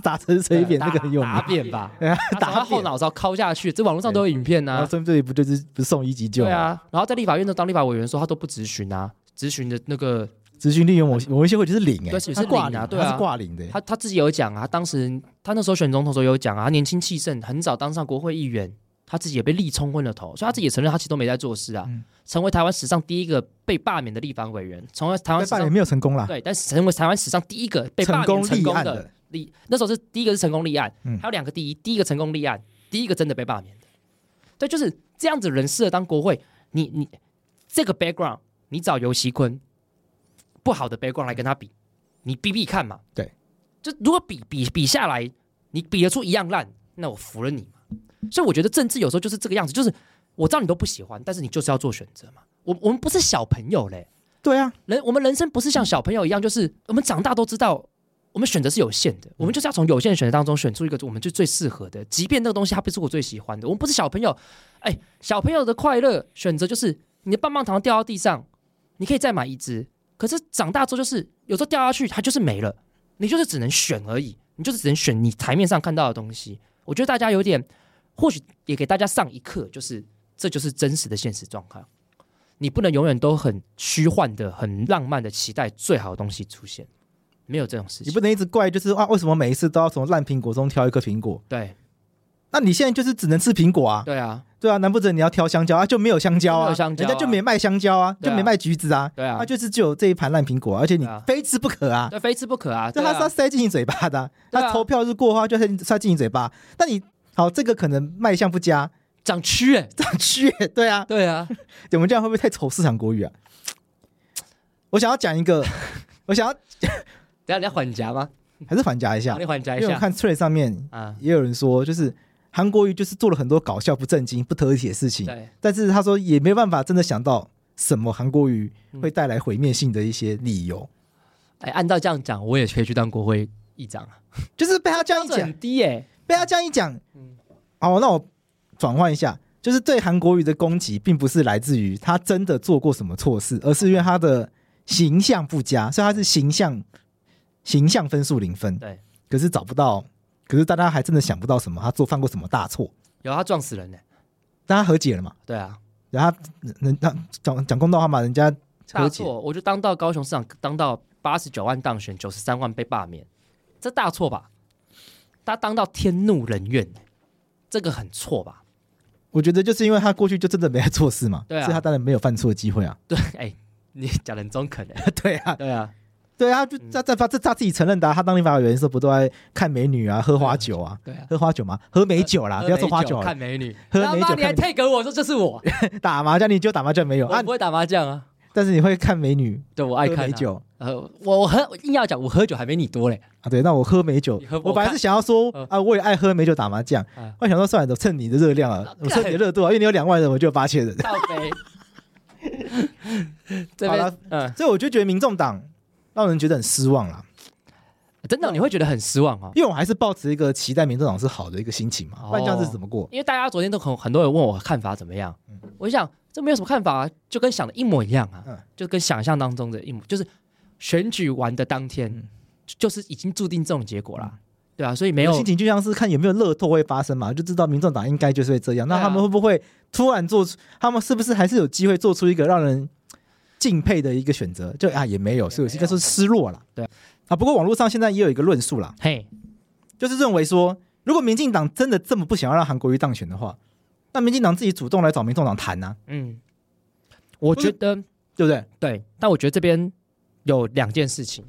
Speaker 1: 打陈水扁那个很有名
Speaker 2: 打，扁吧，
Speaker 1: 对啊
Speaker 2: 打
Speaker 1: 打
Speaker 2: 他后
Speaker 1: 扁，
Speaker 2: 脑勺敲下去，这网络上都有影片
Speaker 1: 然
Speaker 2: 啊
Speaker 1: 后。孙队不就是不是送医急救
Speaker 2: 对，啊，然后在立法院的当立法委员的时候，他都不质询啊，质询的那个
Speaker 1: 咨询利用某些某一些会就是领哎，
Speaker 2: 对是
Speaker 1: 他
Speaker 2: 是
Speaker 1: 挂
Speaker 2: 领啊
Speaker 1: 零
Speaker 2: 对
Speaker 1: 他
Speaker 2: 啊
Speaker 1: 是挂零的欸，
Speaker 2: 他他自己有讲啊，他当时他那时候选总统的时候有讲啊，他年轻气盛，很早当上国会议员，他自己也被力冲昏了头，所以他自己也承认他其实都没在做事啊，
Speaker 1: 嗯
Speaker 2: 成为台湾史上第一个被罢免的立法委员，成为台湾
Speaker 1: 但
Speaker 2: 史
Speaker 1: 罢
Speaker 2: 上
Speaker 1: 免没有成功啦，
Speaker 2: 对，但是成为台湾史上第一个被罢
Speaker 1: 成
Speaker 2: 免
Speaker 1: 功
Speaker 2: 成
Speaker 1: 立
Speaker 2: 功
Speaker 1: 案
Speaker 2: 的，立，那时候是第一个是成功立案，
Speaker 1: 嗯
Speaker 2: 还有两个第一，第一个成功立案，第一个真的被罢免的。对，就是这样子的人适合当国会。你你这个 background，你找尤熙坤不好的 background 来跟他比，你比比看嘛。
Speaker 1: 对，
Speaker 2: 就如果比比比下来，你比得出一样烂，那我服了你嘛。所以我觉得政治有时候就是这个样子，就是我知道你都不喜欢，但是你就是要做选择嘛。我我们不是小朋友嘞，
Speaker 1: 对啊，
Speaker 2: 人我们人生不是像小朋友一样，就是我们长大都知道，我们选择是有限的，我们就是要从有限的选择当中选出一个我们就最适合的，即便那个东西它不是我最喜欢的，我们不是小朋友，哎，小朋友的快乐选择就是你的棒棒糖掉到地上，你可以再买一只，可是长大之后就是有时候掉下去它就是没了，你就是只能选而已，你就是只能选你台面上看到的东西。我觉得大家有点，或许也给大家上一课，就是这就是真实的现实状况。你不能永远都很虚幻的、很浪漫的期待最好的东西出现，没有这种事
Speaker 1: 你
Speaker 2: 情。
Speaker 1: 不能一直怪就是啊，为什么每一次都要从烂苹果中挑一颗苹果？
Speaker 2: 对
Speaker 1: 那你现在就是只能吃苹果啊，
Speaker 2: 对啊，
Speaker 1: 对啊，难不成你要挑香蕉啊？就没有香蕉
Speaker 2: 就没
Speaker 1: 啊，
Speaker 2: 有香蕉啊
Speaker 1: 人家就没卖香蕉啊，
Speaker 2: 对
Speaker 1: 就
Speaker 2: 啊
Speaker 1: 没卖橘子啊，
Speaker 2: 对啊
Speaker 1: 啊，就是只有这一盘烂苹果啊，而且你
Speaker 2: 对啊
Speaker 1: 非吃不可啊。
Speaker 2: 对，非吃不可啊！
Speaker 1: 这
Speaker 2: 对
Speaker 1: 他是要
Speaker 2: 啊，
Speaker 1: 塞进你嘴巴的啊、
Speaker 2: 对啊
Speaker 1: 他投票日过的话就塞进塞进你嘴巴。那你好，这个可能卖相不佳，
Speaker 2: 长蛆哎、
Speaker 1: 这样去对啊，
Speaker 2: 对 啊，
Speaker 1: 我们这样会不会太丑市场国语啊？我想要讲一个，我想要
Speaker 2: 等一下你要缓夹吗？
Speaker 1: 还是反夹一下
Speaker 2: 好，你，缓夹
Speaker 1: 因
Speaker 2: 一
Speaker 1: 为我
Speaker 2: 下
Speaker 1: 看 t r e 上面
Speaker 2: 啊，
Speaker 1: 也有人说，就是韩国瑜就是做了很多搞笑、不正经、不得体的事情，
Speaker 2: 对
Speaker 1: 但是他说也没办法真的想到什么韩国瑜
Speaker 2: 嗯
Speaker 1: 会带来毁灭性的一些理由，
Speaker 2: 哎，按照这样讲，我也可以去当国会议长啊，
Speaker 1: 就是被他这样
Speaker 2: 标
Speaker 1: 一
Speaker 2: 准
Speaker 1: 讲，
Speaker 2: 很低哎、
Speaker 1: 被他这样一讲，
Speaker 2: 嗯
Speaker 1: 哦，那我转换一下，就是对韩国瑜的攻击，并不是来自于他真的做过什么错事，而是因为他的形象不佳，所以他是形象形象分数零分。
Speaker 2: 对，
Speaker 1: 可是找不到，可是大家还真的想不到什么，他做犯过什么大错？
Speaker 2: 有啊他撞死人呢、欸
Speaker 1: 大家和解了嘛？
Speaker 2: 对啊，
Speaker 1: 然后他能那讲讲公道话嘛？人家
Speaker 2: 大
Speaker 1: 和解，
Speaker 2: 错，我就当到高雄市长，当到八十九万当选，九十三万被罢免，这大错吧？他当到天怒人怨、欸，这个很错吧？
Speaker 1: 我觉得就是因为他过去就真的没在做事嘛，
Speaker 2: 对啊
Speaker 1: 所以他当然没有犯错的机会啊。
Speaker 2: 对，哎、你讲的很中肯、欸，
Speaker 1: 对啊，
Speaker 2: 对啊，
Speaker 1: 对啊，就他他他这他自己承认的啊、他当立法委员的时候不都在看美女啊、喝花酒啊？
Speaker 2: 对啊。
Speaker 1: 喝花酒吗？喝美酒啦，不要说花酒
Speaker 2: 喝美
Speaker 1: 了
Speaker 2: 看美女，
Speaker 1: 喝
Speaker 2: 他
Speaker 1: 美
Speaker 2: 妈
Speaker 1: 酒
Speaker 2: 你还
Speaker 1: 看
Speaker 2: take 我说这是我，
Speaker 1: 打麻将你就打麻将没有啊
Speaker 2: 我不？会打麻将啊，
Speaker 1: 但是你会看美女，
Speaker 2: 对我爱
Speaker 1: 喝
Speaker 2: 看
Speaker 1: 美
Speaker 2: 啊。
Speaker 1: 酒
Speaker 2: 呃，我我喝我硬要讲，我喝酒还没你多嘞。
Speaker 1: 啊？对，那我喝美酒
Speaker 2: 你喝，
Speaker 1: 我本来
Speaker 2: 我看
Speaker 1: 是想要说
Speaker 2: 嗯
Speaker 1: 啊，我也爱喝美酒打麻将
Speaker 2: 嗯，
Speaker 1: 我想说算了，趁你的热量啊，我趁你的热度啊，因为你有两万人，我就有八千人，
Speaker 2: 倒杯。这
Speaker 1: 好啦
Speaker 2: 边嗯，
Speaker 1: 所以我就觉得民众党让人觉得很失望啦，
Speaker 2: 真的你会觉得很失望哦，
Speaker 1: 因为我还是抱持一个期待民众党是好的一个心情嘛，
Speaker 2: 哦
Speaker 1: 不然这样是怎么过？
Speaker 2: 因为大家昨天都很很多人问我看法怎么样，我就想这没有什么看法、啊，就跟想的一模一样啊，
Speaker 1: 嗯
Speaker 2: 就跟想象当中的一模，就是选举完的当天，
Speaker 1: 嗯
Speaker 2: 就就是已经注定这种结果啦，对啊，所以没有
Speaker 1: 我心情就像是看有没有乐透会发生嘛，就知道民众党应该就是会这样。那
Speaker 2: 对啊
Speaker 1: 他们会不会突然做出？他们是不是还是有机会做出一个让人敬佩的一个选择？就啊也没有，所以我应该说失落了。
Speaker 2: 对啊
Speaker 1: 啊，不过网络上现在也有一个论述啦，
Speaker 2: 嘿，
Speaker 1: 就是认为说，如果民进党真的这么不想要让韩国瑜当选的话，那民进党自己主动来找民众党谈啊，
Speaker 2: 嗯，我
Speaker 1: 不是
Speaker 2: 觉得
Speaker 1: 对不对？
Speaker 2: 对，但我觉得这边有两件事情，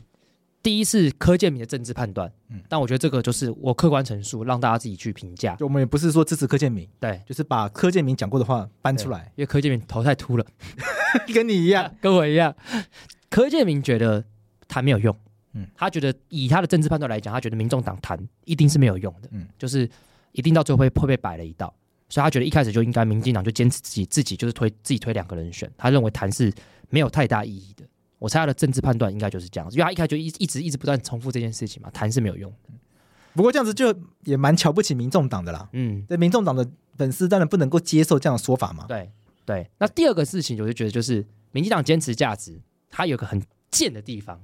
Speaker 2: 第一是柯建明的政治判断，
Speaker 1: 嗯
Speaker 2: 但我觉得这个就是我客观陈述，让大家自己去评价，
Speaker 1: 就我们也不是说支持柯建明，
Speaker 2: 对。
Speaker 1: 就是把柯建明讲过的话搬出来，
Speaker 2: 因为柯建明头太秃了，
Speaker 1: 跟你一样。
Speaker 2: 跟我一样。柯建明觉得谈没有用，
Speaker 1: 嗯
Speaker 2: 嗯，他觉得以他的政治判断来讲，他觉得民众党谈一定是没有用的，
Speaker 1: 嗯
Speaker 2: 嗯，就是一定到最后会会被摆了一道。所以他觉得一开始就应该民进党就坚持自己自己就是推自己推两个人选，他认为谈是没有太大意义的。我猜他的政治判断应该就是这样子，因为他一开始就一一直一直不断重复这件事情嘛，谈是没有用的。
Speaker 1: 不过这样子就也蛮瞧不起民众党的啦。
Speaker 2: 嗯，
Speaker 1: 对，民众党的粉丝当然不能够接受这样的说法嘛。
Speaker 2: 对对。那第二个事情，我就觉得就是民进党坚持价值，他有个很贱的地方，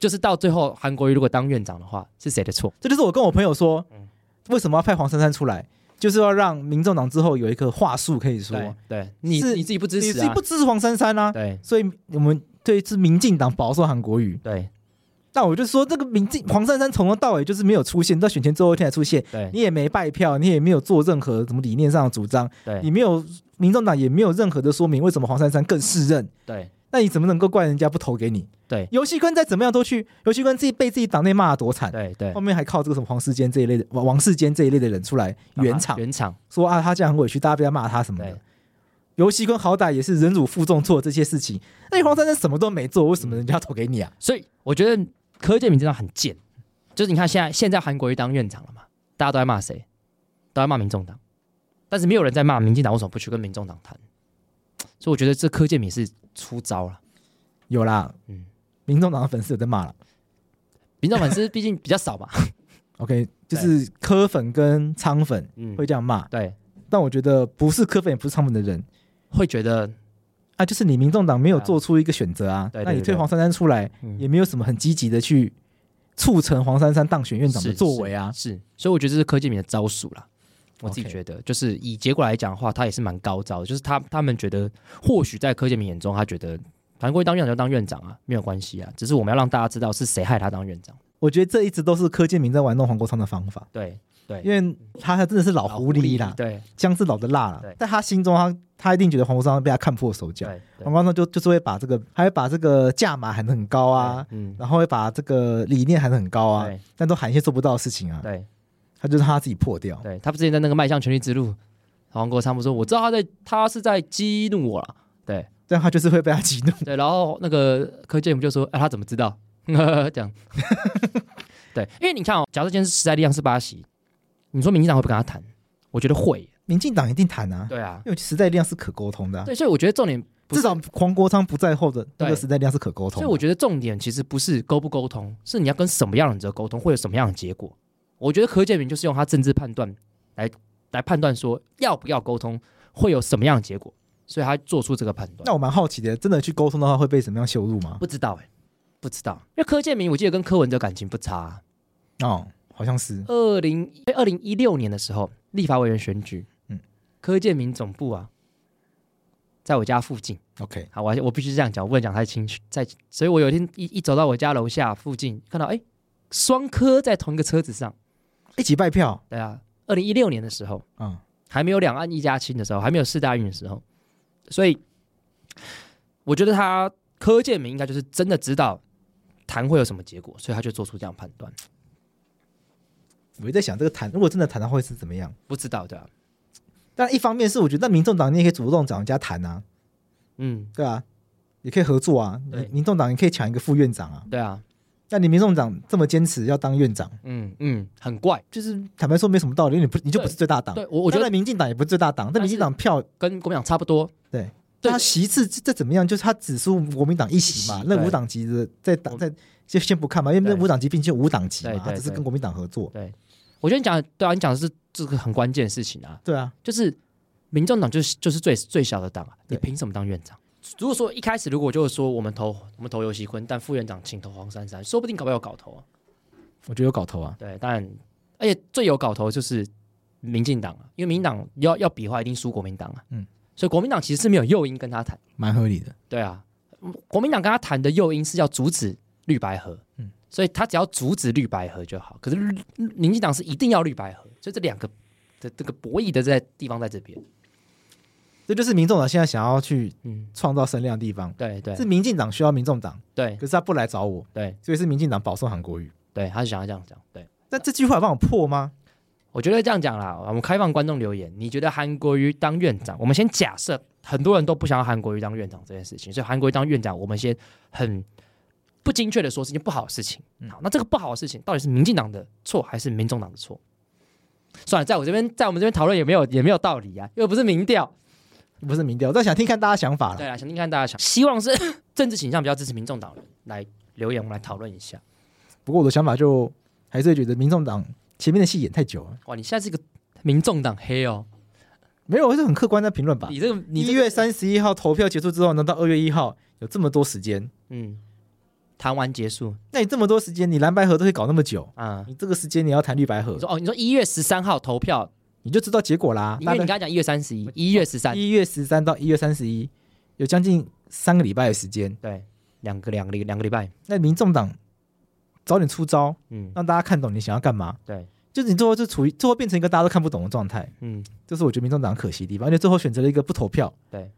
Speaker 2: 就是到最后韩国瑜如果当院长的话，是谁的错？
Speaker 1: 这就是我跟我朋友说，
Speaker 2: 嗯
Speaker 1: 为什么要派黄珊珊出来，就是要让民众党之后有一个话术可以说，
Speaker 2: 对对，你
Speaker 1: 是
Speaker 2: 你自己不支
Speaker 1: 你
Speaker 2: 持
Speaker 1: 自己
Speaker 2: 啊
Speaker 1: 不？支持黄珊珊啊，
Speaker 2: 对
Speaker 1: 所以我们对是民进党保送韩国瑜。
Speaker 2: 对
Speaker 1: 但我就说，这个民进黄珊珊从头到尾就是没有出现，到选前最后一天才出现，
Speaker 2: 对
Speaker 1: 你也没拜票，你也没有做任何什么理念上的主张，你
Speaker 2: 对
Speaker 1: 没有民众党也没有任何的说明为什么黄珊珊更适任，
Speaker 2: 对
Speaker 1: 那你怎么能够怪人家不投给你？
Speaker 2: 对
Speaker 1: 游戏坤再怎么样都去，游戏坤自己被自己党内骂得多惨，啊
Speaker 2: 对对
Speaker 1: 后，面还靠这个什么黄世坚这一类的王王世坚这一类的人出来圆场，
Speaker 2: 原厂
Speaker 1: 说啊他这样很委屈，大家不要骂他什么
Speaker 2: 对
Speaker 1: 的。游戏坤好歹也是忍辱负重做这些事情，那你黄珊珊什么都没做，为什么人家要投给你啊？
Speaker 2: 所以我觉得柯建明真的很贱，就是你看现在现在韩国瑜当院长了嘛，大家都在骂谁？都在骂民众党，但是没有人在骂民进党为什么不去跟民众党谈？所以我觉得这柯建明是出招了。
Speaker 1: 有啦，
Speaker 2: 嗯
Speaker 1: 民众党的粉丝有在骂了。
Speaker 2: 民众粉丝毕竟比较少嘛，
Speaker 1: OK，就是柯粉跟仓粉
Speaker 2: 嗯，
Speaker 1: 会这样骂，
Speaker 2: 对，
Speaker 1: 但我觉得不是柯粉也不是仓粉的人
Speaker 2: 会觉得
Speaker 1: 啊，就是你民众党没有
Speaker 2: 对啊
Speaker 1: 做出一个选择啊，
Speaker 2: 对对
Speaker 1: 那你
Speaker 2: 对
Speaker 1: 推
Speaker 2: 对
Speaker 1: 黄珊珊出来，
Speaker 2: 嗯
Speaker 1: 也没有什么很积极的去促成黄珊珊当选院长的
Speaker 2: 是
Speaker 1: 作为啊。
Speaker 2: 是，是所以我觉得这是柯建明的招数啦。我自己
Speaker 1: OK
Speaker 2: 觉得就是以结果来讲的话，他也是蛮高招的。就是他他们觉得，或许在柯建明眼中，他觉得韩国瑜当院长就当院长啊，没有关系啊。只是我们要让大家知道是谁害他当院长。
Speaker 1: 我觉得这一直都是柯建明在玩弄黄国昌的方法，
Speaker 2: 对对，
Speaker 1: 因为他真的是老狐狸啦，
Speaker 2: 对
Speaker 1: 姜是老的辣了
Speaker 2: 对，
Speaker 1: 在他心中他他一定觉得黄国昌被他看破手脚，
Speaker 2: 对
Speaker 1: 黄国昌就就是会把这个，还会把这个价码喊得很高啊，，
Speaker 2: 对嗯，
Speaker 1: 然后会把这个理念喊得很高啊，
Speaker 2: 对
Speaker 1: 但都喊一些做不到的事情啊，
Speaker 2: 对
Speaker 1: 他就让他自己破掉。
Speaker 2: 对，他不之前在那个迈向权力之路，黄国昌不说，我知道他在他是在激怒我了。对
Speaker 1: 但他就是会被他激怒。
Speaker 2: 对，然后那个柯建明就说，啊，他怎么知道？ 这样，对，因为你看哦，假设今天是时代力量是巴西，你说民进党会不会跟他谈？我觉得会，
Speaker 1: 民进党一定谈啊，
Speaker 2: 对啊，
Speaker 1: 因为时代力量是可沟通的啊、
Speaker 2: 对，所以我觉得重点 不
Speaker 1: 至
Speaker 2: 是
Speaker 1: 少黄国昌不在后的那个
Speaker 2: 对
Speaker 1: 时代力量是可沟通
Speaker 2: 所
Speaker 1: 的。
Speaker 2: 以我觉得重点其实不是沟不沟通，是你要跟什么样的人沟通，会有什么样的结果。我觉得柯建明就是用他政治判断来来判断说要不要沟通，会有什么样的结果，所以他做出这个判
Speaker 1: 那
Speaker 2: 断。
Speaker 1: 我蛮好奇的，真的去沟通的话会被什么样羞辱吗？
Speaker 2: 不知道哎、不知道，因为柯建明我记得跟柯文哲感情不差啊、
Speaker 1: 哦，好像是
Speaker 2: 二零二零一六年的时候，立法委员选举，
Speaker 1: 嗯
Speaker 2: 嗯，柯建明总部啊，在我家附近。
Speaker 1: OK。
Speaker 2: 好，我还我必须这样讲，我不能讲太清楚。在，所以我有一天一一走到我家楼下附近，看到哎，双科在同一个车子上。
Speaker 1: 一起拜票，
Speaker 2: 对啊，二零一六年的时候，
Speaker 1: 嗯，
Speaker 2: 还没有两岸一家亲的时候，还没有四大运的时候，所以我觉得他柯建明应该就是真的知道谈会有什么结果，所以他就做出这样判断。
Speaker 1: 我就在想这个谈，如果真的谈，他会是怎么样？
Speaker 2: 不知道对吧、啊
Speaker 1: 但一方面是我觉得，那民众党你也可以主动找人家谈啊，
Speaker 2: 嗯，
Speaker 1: 对啊，也可以合作啊。
Speaker 2: 对
Speaker 1: 你民众党也可以抢一个副院长啊。
Speaker 2: 对啊，
Speaker 1: 但你民众党这么坚持要当院长，
Speaker 2: 嗯嗯，很怪。
Speaker 1: 就是坦白说没什么道理，因为你不你就不是最大党。
Speaker 2: 对我我觉
Speaker 1: 当
Speaker 2: 得
Speaker 1: 然民进党也不是最大党，但
Speaker 2: 但是
Speaker 1: 民进党票
Speaker 2: 跟国民党差不多，
Speaker 1: 对，
Speaker 2: 对
Speaker 1: 但他席次再怎么样，就是他只输国民党一席嘛
Speaker 2: 一。席
Speaker 1: 那
Speaker 2: 对
Speaker 1: 无党籍的在党在就先不看嘛，因为那
Speaker 2: 对
Speaker 1: 无党籍毕竟就无党籍
Speaker 2: 对
Speaker 1: 嘛，
Speaker 2: 对
Speaker 1: 他只是
Speaker 2: 对
Speaker 1: 跟国民党合作。
Speaker 2: 我觉得你讲对啊，你讲的是这个很关键的事情啊。
Speaker 1: 对啊，
Speaker 2: 就是民众党就是就是最最小的党啊，你
Speaker 1: 对
Speaker 2: 凭什么当院长？如果说一开始如果就是说我们投我们投游锡坤，但副院长请投黄珊珊，说不定搞不好有搞头啊。
Speaker 1: 我觉得有搞头啊。
Speaker 2: 对，但而且最有搞头就是民进党啊，因为民进党要要比的话，一定输国民党啊。
Speaker 1: 嗯
Speaker 2: 嗯，所以国民党其实是没有诱因跟他谈。
Speaker 1: 蛮合理的。
Speaker 2: 对啊，嗯国民党跟他谈的诱因是要阻止绿白合，
Speaker 1: 嗯
Speaker 2: 嗯，所以他只要阻止绿白合就好。可是绿民进党是一定要绿白合，所以这两个的这个博弈的在地方在这边。
Speaker 1: 这就是民众党现在想要去
Speaker 2: 嗯，
Speaker 1: 创造声量的地方。
Speaker 2: 对对
Speaker 1: 是民进党需要民众党，
Speaker 2: 对
Speaker 1: 可是他不来找我，
Speaker 2: 对
Speaker 1: 所以是民进党保送韩国瑜。
Speaker 2: 对，他是想要这样讲。对，
Speaker 1: 但这句话有办法破吗？
Speaker 2: 我觉得这样讲啦，我们开放观众留言，你觉得韩国瑜当院长？我们先假设很多人都不想要韩国瑜当院长这件事情，所以韩国瑜当院长，我们先很不精确的
Speaker 1: 嗯
Speaker 2: 说是一件不好的事情。好，那这个不好的事情到底是民进党的错还是民众党的错？算了，在我这边，在我们这边讨论也没有也没有道理啊，又不是民调。
Speaker 1: 不是民调，我在想听看大家想法
Speaker 2: 对
Speaker 1: 了。
Speaker 2: 啊，想听看大家想，希望是 政治倾向比较支持民众党的人来留言，我们来讨论一下。
Speaker 1: 不过我的想法就还是会觉得民众党前面的戏演太久了。
Speaker 2: 哇，你现在是个民众党黑哦，
Speaker 1: 没有，我是很客观在评论吧。
Speaker 2: 你这个你
Speaker 1: 一
Speaker 2: 这个
Speaker 1: 月三十一号投票结束之后呢，到二月一号有这么多时间，
Speaker 2: 嗯，谈完结束
Speaker 1: 那你这么多时间，你蓝白合都可以搞那么久，
Speaker 2: 啊。
Speaker 1: 你这个时间你要谈绿白合
Speaker 2: 你，说哦，你说一月十三号投票，
Speaker 1: 你就知道结果啦。
Speaker 2: 因为你
Speaker 1: 大
Speaker 2: 刚
Speaker 1: 概
Speaker 2: 才讲一月三十一，一月十三，
Speaker 1: 一月十三到一月三十一，有将近三个礼拜的时间，
Speaker 2: 对，两个两个礼两个礼拜，
Speaker 1: 那民众党早点出招，
Speaker 2: 嗯，
Speaker 1: 让大家看懂你想要干嘛。
Speaker 2: 对，
Speaker 1: 就是你最后就处于最后变成一个大家都看不懂的状态，
Speaker 2: 嗯
Speaker 1: 这是我觉得民众党可惜的地方，而且最后选择了一个不投票，
Speaker 2: 对，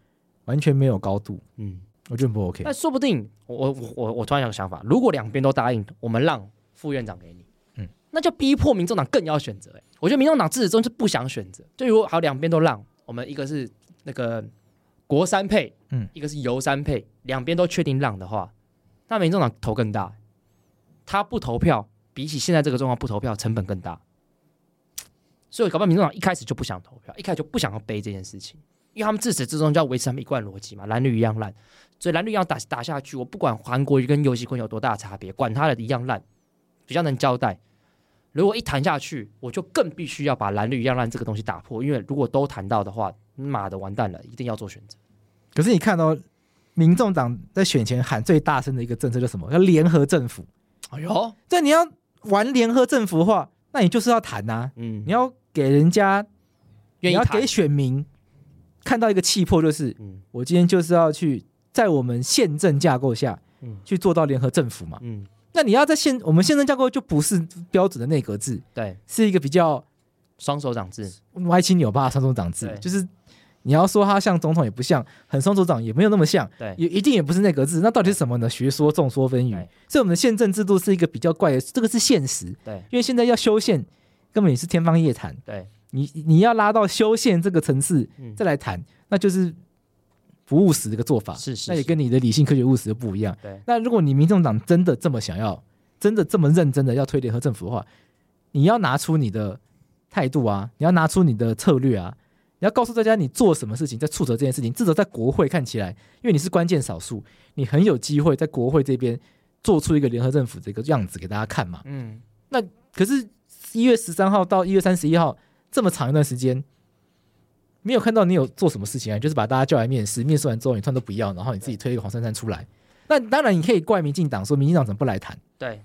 Speaker 1: 完全没有高度，
Speaker 2: 嗯。
Speaker 1: 我觉得不 OK
Speaker 2: 但。说不定，我我我我突然有个想法，如果两边都答应，我们让副院长给你，
Speaker 1: 嗯
Speaker 2: 嗯，那就逼迫民众党更要选择、欸。我觉得民众党自始终是不想选择，就如果好两边都让，我们一个是那个国三配，
Speaker 1: 嗯
Speaker 2: 嗯，一个是游三配，两边都确定让的话，那民众党头更大、他不投票，比起现在这个状况不投票成本更大，所以搞不好民众党一开始就不想投票，一开始就不想要背这件事情，因为他们自始至终就要维持他们一贯逻辑嘛，蓝绿一样烂。所以蓝绿要打打下去，我不管韩国瑜跟游锡坤有多大的差别，管他的一样烂，比较能交代。如果一谈下去，我就更必须要把蓝绿一样烂这个东西打破，因为如果都谈到的话，妈的完蛋了，一定要做选择。
Speaker 1: 可是你看到、民众党在选前喊最大声的一个政策叫什么？叫联合政府。
Speaker 2: 哎呦，
Speaker 1: 这你要玩联合政府的话，那你就是要谈呐、
Speaker 2: 嗯，
Speaker 1: 你要给人家，你
Speaker 2: 愿意
Speaker 1: 要
Speaker 2: 谈
Speaker 1: 给，选民看到一个气魄，就是
Speaker 2: 嗯
Speaker 1: 我今天就是要去在我们宪政架构下，
Speaker 2: 嗯
Speaker 1: 去做到联合政府嘛。
Speaker 2: 嗯，
Speaker 1: 那你要在宪我们宪政架构就不是标准的内阁制，
Speaker 2: 对，
Speaker 1: 是一个比较
Speaker 2: 双手掌制，
Speaker 1: 歪七扭八的双手掌制
Speaker 2: 对，
Speaker 1: 就是你要说它像总统也不像，很双手掌也没有那么像，
Speaker 2: 对
Speaker 1: 也一定也不是内阁制，那到底是什么呢？学说众说纷纭
Speaker 2: 对，
Speaker 1: 所以我们的宪政制度是一个比较怪的，这个是现实，
Speaker 2: 对
Speaker 1: 因为现在要修宪根本也是天方夜谭，
Speaker 2: 对，
Speaker 1: 你你要拉到修宪这个层次
Speaker 2: 嗯
Speaker 1: 再来谈，那就是不务实的一个做法，
Speaker 2: 是是
Speaker 1: 那也
Speaker 2: 是
Speaker 1: 跟你的理性科学务实就不一样。
Speaker 2: 对
Speaker 1: 那如果你民众党真的这么想要，真的这么认真的要推联合政府的话，你要拿出你的态度啊，你要拿出你的策略啊，你要告诉大家你做什么事情在促成这件事情。至少在国会看起来，因为你是关键少数，你很有机会在国会这边做出一个联合政府这个样子给大家看嘛。
Speaker 2: 嗯，
Speaker 1: 可是，一月十三号到一月三十一号这么长一段时间，没有看到你有做什么事情啊？就是把大家叫来面试，面试完之后你突然都不要，然后你自己推一个黄珊珊出来。那当然，你可以怪民进党说民进党怎么不来谈。
Speaker 2: 对，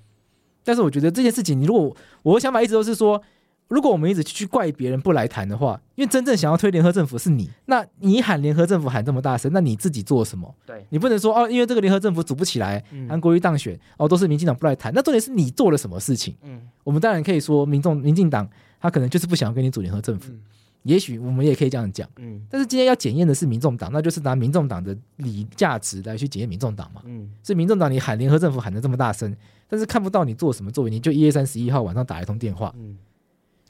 Speaker 1: 但是我觉得这件事情，你如果我的想法一直都是说，如果我们一直去怪别人不来谈的话，因为真正想要推联合政府是你，那你喊联合政府喊这么大声，那你自己做什么？
Speaker 2: 对
Speaker 1: 你不能说哦，因为这个联合政府组不起来，
Speaker 2: 嗯
Speaker 1: 韩国瑜当选，哦，都是民进党不来谈。那重点是你做了什么事情？
Speaker 2: 嗯，
Speaker 1: 我们当然可以说民众民进党他可能就是不想要跟你组联合政府，
Speaker 2: 嗯
Speaker 1: 也许我们也可以这样讲。
Speaker 2: 嗯，
Speaker 1: 但是今天要检验的是民众党，那就是拿民众党的理价值来去检验民众党嘛。
Speaker 2: 嗯，
Speaker 1: 所以民众党你喊联合政府喊得这么大声，但是看不到你做什么作为，你就一月三十一号晚上打一通电话，
Speaker 2: 嗯，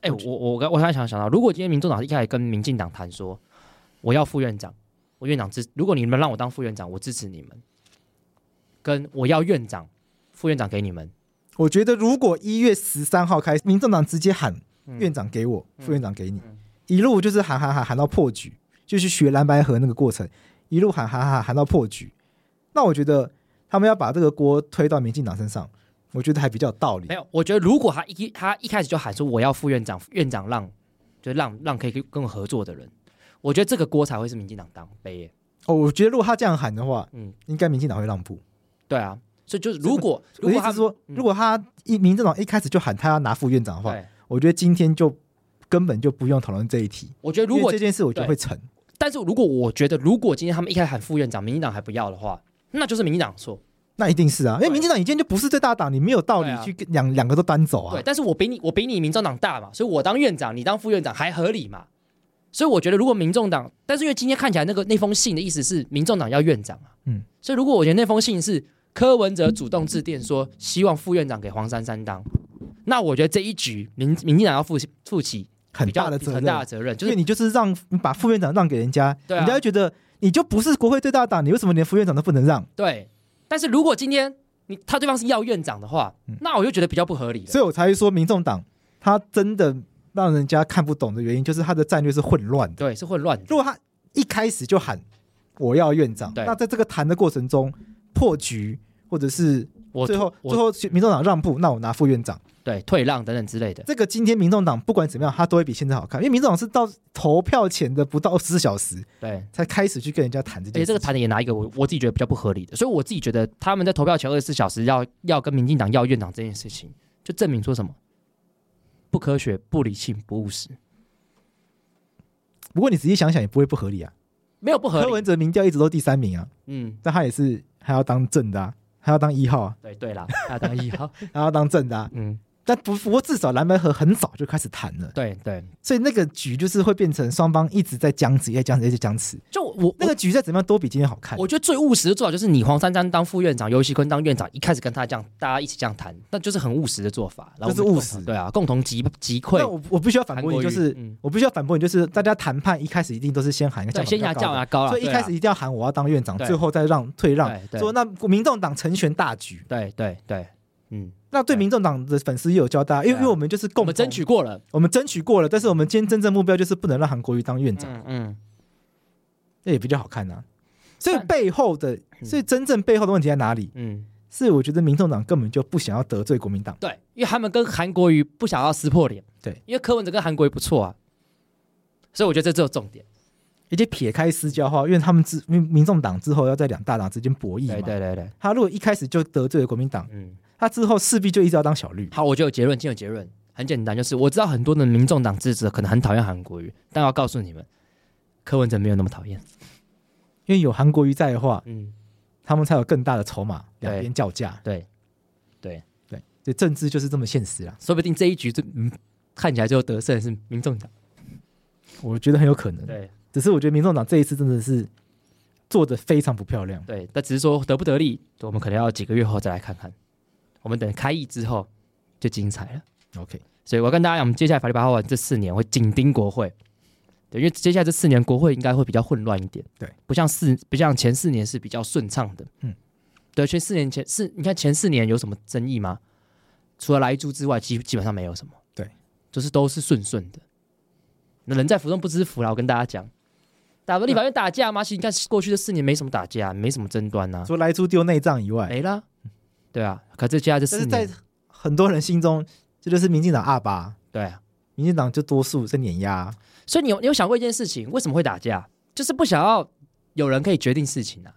Speaker 2: 哎、我我我刚我刚才想想到，如果今天民众党一开始跟民进党谈说，我要副院长，我院长支，如果你们让我当副院长，我支持你们，跟我要院长，副院长给你们，
Speaker 1: 我觉得如果一月十三号开始，民众党直接喊
Speaker 2: 嗯
Speaker 1: 院长给我，副院长给你，一路就是喊喊喊喊到破局，就去学蓝白河那个过程，一路喊喊喊喊到破局。那我觉得他们要把这个锅推到民进党身上，我觉得还比较有道理
Speaker 2: 没。有，我觉得如果他一他一开始就喊说我要副院长，院长让就让让可以跟跟我合作的人，我觉得这个锅才会是民进党当背耶，
Speaker 1: 哦，我觉得如果他这样喊的话，
Speaker 2: 嗯，
Speaker 1: 应该民进党会让步。
Speaker 2: 对啊，所以就是如果
Speaker 1: 我
Speaker 2: 如
Speaker 1: 的意
Speaker 2: 果
Speaker 1: 思
Speaker 2: 他
Speaker 1: 是说，
Speaker 2: 嗯
Speaker 1: 如果他一民进党一开始就喊他要拿副院长的话，
Speaker 2: 对，
Speaker 1: 我觉得今天就根本就不用讨论这一题。
Speaker 2: 我觉得如
Speaker 1: 因为
Speaker 2: 果
Speaker 1: 这件事，我觉得
Speaker 2: 对
Speaker 1: 会成。
Speaker 2: 但是如果我觉得，如果今天他们一开始喊副院长，民进党还不要的话，那就是民进党的错。
Speaker 1: 那一定是啊，因为民进党你今天就不是最大党，你没有道理
Speaker 2: 对啊
Speaker 1: 去跟两两个都单走
Speaker 2: 对
Speaker 1: 啊，。
Speaker 2: 但是我比你，我比你民众党大嘛，所以我当院长，你当副院长还合理嘛？所以我觉得，如果民众党，但是因为今天看起来那个那封信的意思是民众党要院长啊，
Speaker 1: 嗯
Speaker 2: 嗯，所以如果我觉得那封信是柯文哲主动致电说希望副院长给黄珊珊当，那我觉得这一局民民进党要负起负起
Speaker 1: 很
Speaker 2: 比较
Speaker 1: 大的责任，啊
Speaker 2: 很大的责任，就
Speaker 1: 因为
Speaker 2: 是
Speaker 1: 你就是让你把副院长让给人家，
Speaker 2: 对啊
Speaker 1: 人家就觉得你就不是国会最大党，你为什么连副院长都不能让？
Speaker 2: 对。但是如果今天你他对方是要院长的话，那我就觉得比较不合理了。
Speaker 1: 所以我才会说，民众党他真的让人家看不懂的原因，就是他的战略是混乱的。
Speaker 2: 对，是混乱的。
Speaker 1: 如果他一开始就喊我要院长，
Speaker 2: 对
Speaker 1: 那在这个谈的过程中破局，或者是
Speaker 2: 我
Speaker 1: 最后
Speaker 2: 我
Speaker 1: 最后民众党让步，那我拿副院长。
Speaker 2: 对退让等等之类的，
Speaker 1: 这个今天民众党不管怎么样，他都会比现在好看，因为民众党是到投票前的不到十四小时
Speaker 2: 对，
Speaker 1: 才开始去跟人家谈这件
Speaker 2: 而且
Speaker 1: 事情。
Speaker 2: 这个谈的也拿一个我我自己觉得比较不合理的，所以我自己觉得他们在投票前二十四小时要要跟民进党要院长这件事情，就证明说什么不科学、不理性、不务实，
Speaker 1: 不过你仔细想想也不会不合理啊。
Speaker 2: 没有不合
Speaker 1: 柯
Speaker 2: 理。
Speaker 1: 文哲民调一直都第三名啊，
Speaker 2: 嗯，
Speaker 1: 但他也是还要当正的、啊，还要当一号啊，
Speaker 2: 对对啦，那当然一号，
Speaker 1: 还要当正的、啊。
Speaker 2: 嗯，
Speaker 1: 但不不过至少蓝白河很早就开始谈了，
Speaker 2: 对对，
Speaker 1: 所以那个局就是会变成双方一直在僵持，一直在僵持，一直在僵持。
Speaker 2: 就我
Speaker 1: 那个局再怎么样都比今天好看。
Speaker 2: 我觉得最务实的做法就是你黄珊珊当副院长，尤熙坤当院长，一开始跟他这样，大家一起这样谈，那就是很务实的做法。然后
Speaker 1: 这是
Speaker 2: 我们
Speaker 1: 务
Speaker 2: 共
Speaker 1: 实
Speaker 2: 对啊，共同击击溃
Speaker 1: 那我我必须要反
Speaker 2: 韩
Speaker 1: 驳
Speaker 2: 国
Speaker 1: 你，
Speaker 2: 瑜
Speaker 1: 就是、
Speaker 2: 嗯
Speaker 1: 我必须要反驳你，就是大家谈判一开始一定都是先喊一个
Speaker 2: 对，
Speaker 1: 叫
Speaker 2: 先压
Speaker 1: 价
Speaker 2: 价。压高了，
Speaker 1: 所以一
Speaker 2: 对
Speaker 1: 开
Speaker 2: 啊
Speaker 1: 始一定要喊我要当院长，
Speaker 2: 对
Speaker 1: 最后再让退让
Speaker 2: 对。对
Speaker 1: 说那民众党成全大局，
Speaker 2: 对对对，嗯，
Speaker 1: 那对
Speaker 2: 对
Speaker 1: 民众党的粉丝也有交代，因为
Speaker 2: 对啊
Speaker 1: 因为我们就是
Speaker 2: 我
Speaker 1: 共
Speaker 2: 们
Speaker 1: 同
Speaker 2: 争取，过了，
Speaker 1: 我们争取过了，但是我们今天真正目标就是不能让韩国瑜当院长，
Speaker 2: 嗯嗯，
Speaker 1: 那也比较好看啊。所以
Speaker 2: 但
Speaker 1: 背后的，
Speaker 2: 嗯
Speaker 1: 所以真正背后的问题在哪里？
Speaker 2: 嗯，
Speaker 1: 是我觉得民众党根本就不想要得罪国民党，
Speaker 2: 对，因为他们跟韩国瑜不想要撕破脸，
Speaker 1: 对，
Speaker 2: 因为柯文哲跟韩国瑜不错啊，所以我觉得这只有重点，
Speaker 1: 而且撇开私交的话，因为他们之民民众党之后要在两大党之间博弈嘛。
Speaker 2: 对对对对，
Speaker 1: 他如果一开始就得罪了国民党，
Speaker 2: 嗯，
Speaker 1: 他之后势必就一直要当小绿。
Speaker 2: 好，我就有结论，今天有结论，很简单，就是我知道很多的民众党支持者可能很讨厌韩国瑜，但要告诉你们，柯文哲没有那么讨厌，
Speaker 1: 因为有韩国瑜在的话，
Speaker 2: 嗯，
Speaker 1: 他们才有更大的筹码，
Speaker 2: 对
Speaker 1: 两边较价。
Speaker 2: 对对，
Speaker 1: 对，所以政治就是这么现实啊，
Speaker 2: 说不定这一局最嗯看起来最后得胜的是民众党，
Speaker 1: 我觉得很有可能。
Speaker 2: 对
Speaker 1: 只是我觉得民众党这一次真的是做的非常不漂亮。
Speaker 2: 对，但只是说得不得力，我们可能要几个月后再来看看，我们等开议之后就精彩了。
Speaker 1: OK，
Speaker 2: 所以我要跟大家讲，我们接下来法律白话文这四年会紧盯国会，对，因为接下来这四年国会应该会比较混乱一点，
Speaker 1: 对，
Speaker 2: 不像四不像前四年是比较顺畅的，
Speaker 1: 嗯
Speaker 2: 嗯，对，前四年前四，你看前四年有什么争议吗？除了来租之外，基基本上没有什么，
Speaker 1: 对，
Speaker 2: 就是都是顺顺的。那人在福中不知福啦，我跟大家讲，打不立法院打架吗？其实你看过去的四年没什么打架，没什么争端呐、
Speaker 1: 除了来猪丢内脏以外，
Speaker 2: 没啦，对啊，可这接下来这
Speaker 1: 但
Speaker 2: 四
Speaker 1: 是
Speaker 2: 年，
Speaker 1: 在很多人心中，这就是民进党阿爸，
Speaker 2: 对啊，
Speaker 1: 民进党就多数在碾压。
Speaker 2: 所以你有你有想过一件事情，为什么会打架？就是不想要有人可以决定事情啊。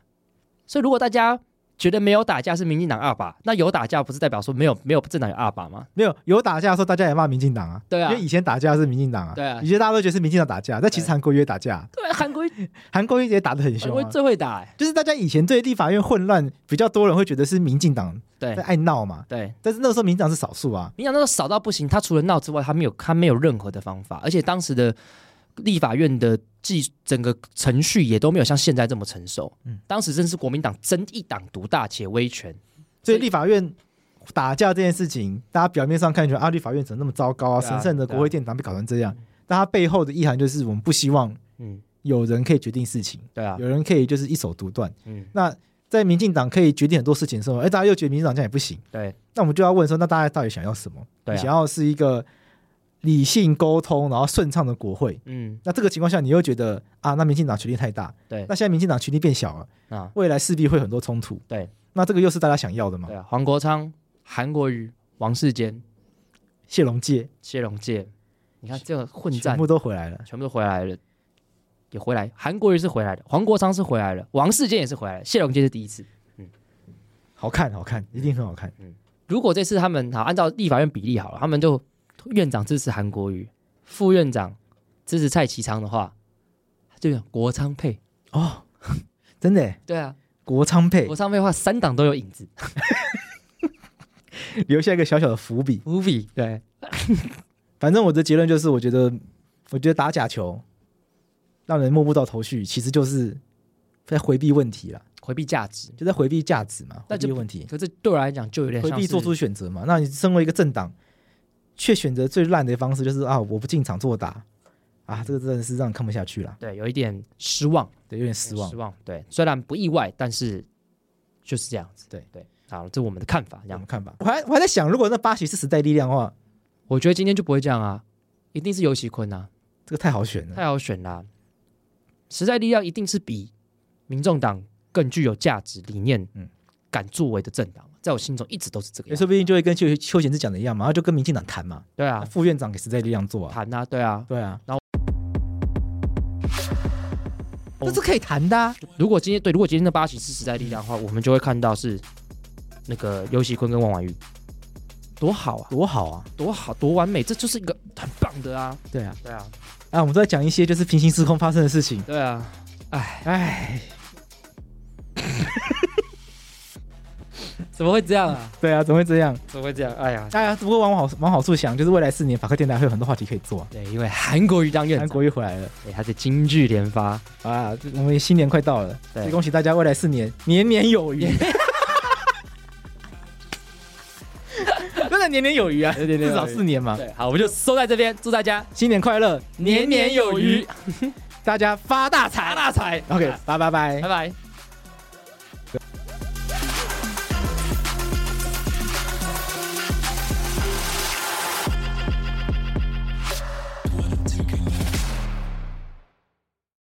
Speaker 2: 所以如果大家觉得没有打架是民进党二把，那有打架不是代表说没有没有政党有二把吗？
Speaker 1: 没有有打架的时候，大家也骂民进党啊，
Speaker 2: 对啊
Speaker 1: 因为以前打架是民进党啊，
Speaker 2: 对啊
Speaker 1: 以前大家都觉得是民进党打架，但其实
Speaker 2: 对
Speaker 1: 韩国瑜也打架，
Speaker 2: 对，啊韩国瑜
Speaker 1: 韩国瑜也打得很
Speaker 2: 韩
Speaker 1: 凶、
Speaker 2: 国瑜
Speaker 1: 啊。
Speaker 2: 最会打、欸，
Speaker 1: 就是大家以前对立法院混乱，比较多人会觉得是民进党
Speaker 2: 对
Speaker 1: 在爱闹嘛，
Speaker 2: 对。
Speaker 1: 但是那个时候民进党是少数啊，
Speaker 2: 民进党那时候少到不行，他除了闹之外，他没有他没有任何的方法，而且当时的立法院的技整个程序也都没有像现在这么成熟。
Speaker 1: 嗯
Speaker 2: 当时真是国民党真一党独大且威权，
Speaker 1: 所
Speaker 2: 所
Speaker 1: 以
Speaker 2: 以
Speaker 1: 立法院打架这件事情，大家表面上看起来啊，立法院怎么那么糟糕啊，
Speaker 2: 对啊
Speaker 1: 神圣的国会殿堂被搞成这样，但它背后的意涵就是我们不希望
Speaker 2: 嗯，
Speaker 1: 有人可以决定事情，
Speaker 2: 对啊
Speaker 1: 有，人可以就是一手独断。
Speaker 2: 嗯，
Speaker 1: 那在民进党可以决定很多事情的时候，哎，大家又觉得民进党这样也不行，
Speaker 2: 对
Speaker 1: 那我们就要问说，那大家到底想要什么？
Speaker 2: 对
Speaker 1: 你想
Speaker 2: 啊，
Speaker 1: 要是一个理性沟通，然后顺畅的国会。
Speaker 2: 嗯，
Speaker 1: 那这个情况下，你又觉得啊，那民进党权力太大，
Speaker 2: 对
Speaker 1: 那现在民进党权力变小了，
Speaker 2: 啊。
Speaker 1: 未来势必会很多冲突。
Speaker 2: 对，
Speaker 1: 那这个又是大家想要的吗
Speaker 2: 对？啊，黄国昌、韩国瑜、王世坚、
Speaker 1: 谢龙介
Speaker 2: 谢龙介，你看这个混
Speaker 1: 全
Speaker 2: 战
Speaker 1: 部都回来了。
Speaker 2: 全部都回来了，也回来，韩国瑜是回来的，黄国昌是回来了，王世坚也是回来了，谢龙介是第一次。
Speaker 1: 好看，好看，一定很好看。
Speaker 2: 嗯如果这次他们好按照立法院比例好了，他们就院长支持韩国瑜，副院长支持蔡其昌的话，就有国昌配。
Speaker 1: 哦，真的耶，
Speaker 2: 对啊，
Speaker 1: 国昌配
Speaker 2: 国昌配的话，三党都有影子，
Speaker 1: 留下一个小小的伏笔。
Speaker 2: 无比对。
Speaker 1: 反正我的结论就是，我觉得，我觉得打假球让人摸不到头绪，其实就是在回避问题啦，
Speaker 2: 回避价值，
Speaker 1: 就在回避价值嘛，回
Speaker 2: 那就
Speaker 1: 避问题，
Speaker 2: 可是对我来讲就有点
Speaker 1: 回
Speaker 2: 像
Speaker 1: 避
Speaker 2: 是
Speaker 1: 做出选择嘛。那你身为一个政党，却选择最烂的方式，就是啊，我不进场作答啊，这个真的是让人看不下去了，
Speaker 2: 对有一点失望。
Speaker 1: 对，有点失望
Speaker 2: 失。望。对，虽然不意外，但是就是这样子。
Speaker 1: 对
Speaker 2: 对，好，这我们的看法。这
Speaker 1: 我们
Speaker 2: 样，
Speaker 1: 看吧，我还我还在想，如果那八席是时代力量的话，
Speaker 2: 我觉得今天就不会这样啊。一定是尤喜坤啊，
Speaker 1: 这个太好选了。
Speaker 2: 太好选啦、时代力量一定是比民众党更具有价值理念、
Speaker 1: 嗯
Speaker 2: 敢作为的政党，在我心中一直都是这个
Speaker 1: 也
Speaker 2: 样
Speaker 1: 说
Speaker 2: 子。
Speaker 1: 不定就会跟邱邱显志讲的一样嘛，然后就跟民进党谈嘛，
Speaker 2: 对啊，
Speaker 1: 副院长给时代力量做啊，
Speaker 2: 谈啊，对啊。
Speaker 1: 对啊，
Speaker 2: 然后
Speaker 1: 这是可以谈的、啊，
Speaker 2: 如果今天对，如果今天的八席是时代力量的话，我们就会看到是那个尤喜坤跟王婉瑜，多好啊，
Speaker 1: 多好啊，
Speaker 2: 多好，多完美，这就是一个很棒的啊。
Speaker 1: 对啊，
Speaker 2: 对啊，
Speaker 1: 啊，我们都在讲一些就是平行时空发生的事情，
Speaker 2: 对啊，哎，
Speaker 1: 哎，
Speaker 2: 怎么会这样啊？
Speaker 1: 对啊，怎么会这样？
Speaker 2: 怎么会这样？哎呀，
Speaker 1: 大家不过往好往好处想，就是未来四年法克电台会有很多话题可以做啊。
Speaker 2: 对，因为韩国瑜当院
Speaker 1: 韩
Speaker 2: 长，
Speaker 1: 国又回来了
Speaker 2: 哎，他是京剧连发，
Speaker 1: 啊！这我们新年快到了，
Speaker 2: 对
Speaker 1: 所以恭喜大家未来四年年年有余， 真的年年有余啊！
Speaker 2: 对对对
Speaker 1: 至少四年嘛。
Speaker 2: 对，好，我们就收在这边，祝大家
Speaker 1: 新年快乐，
Speaker 2: 年年有余，
Speaker 1: 大家发大财，
Speaker 2: 大财啊
Speaker 1: OK，拜拜拜。
Speaker 2: 拜拜。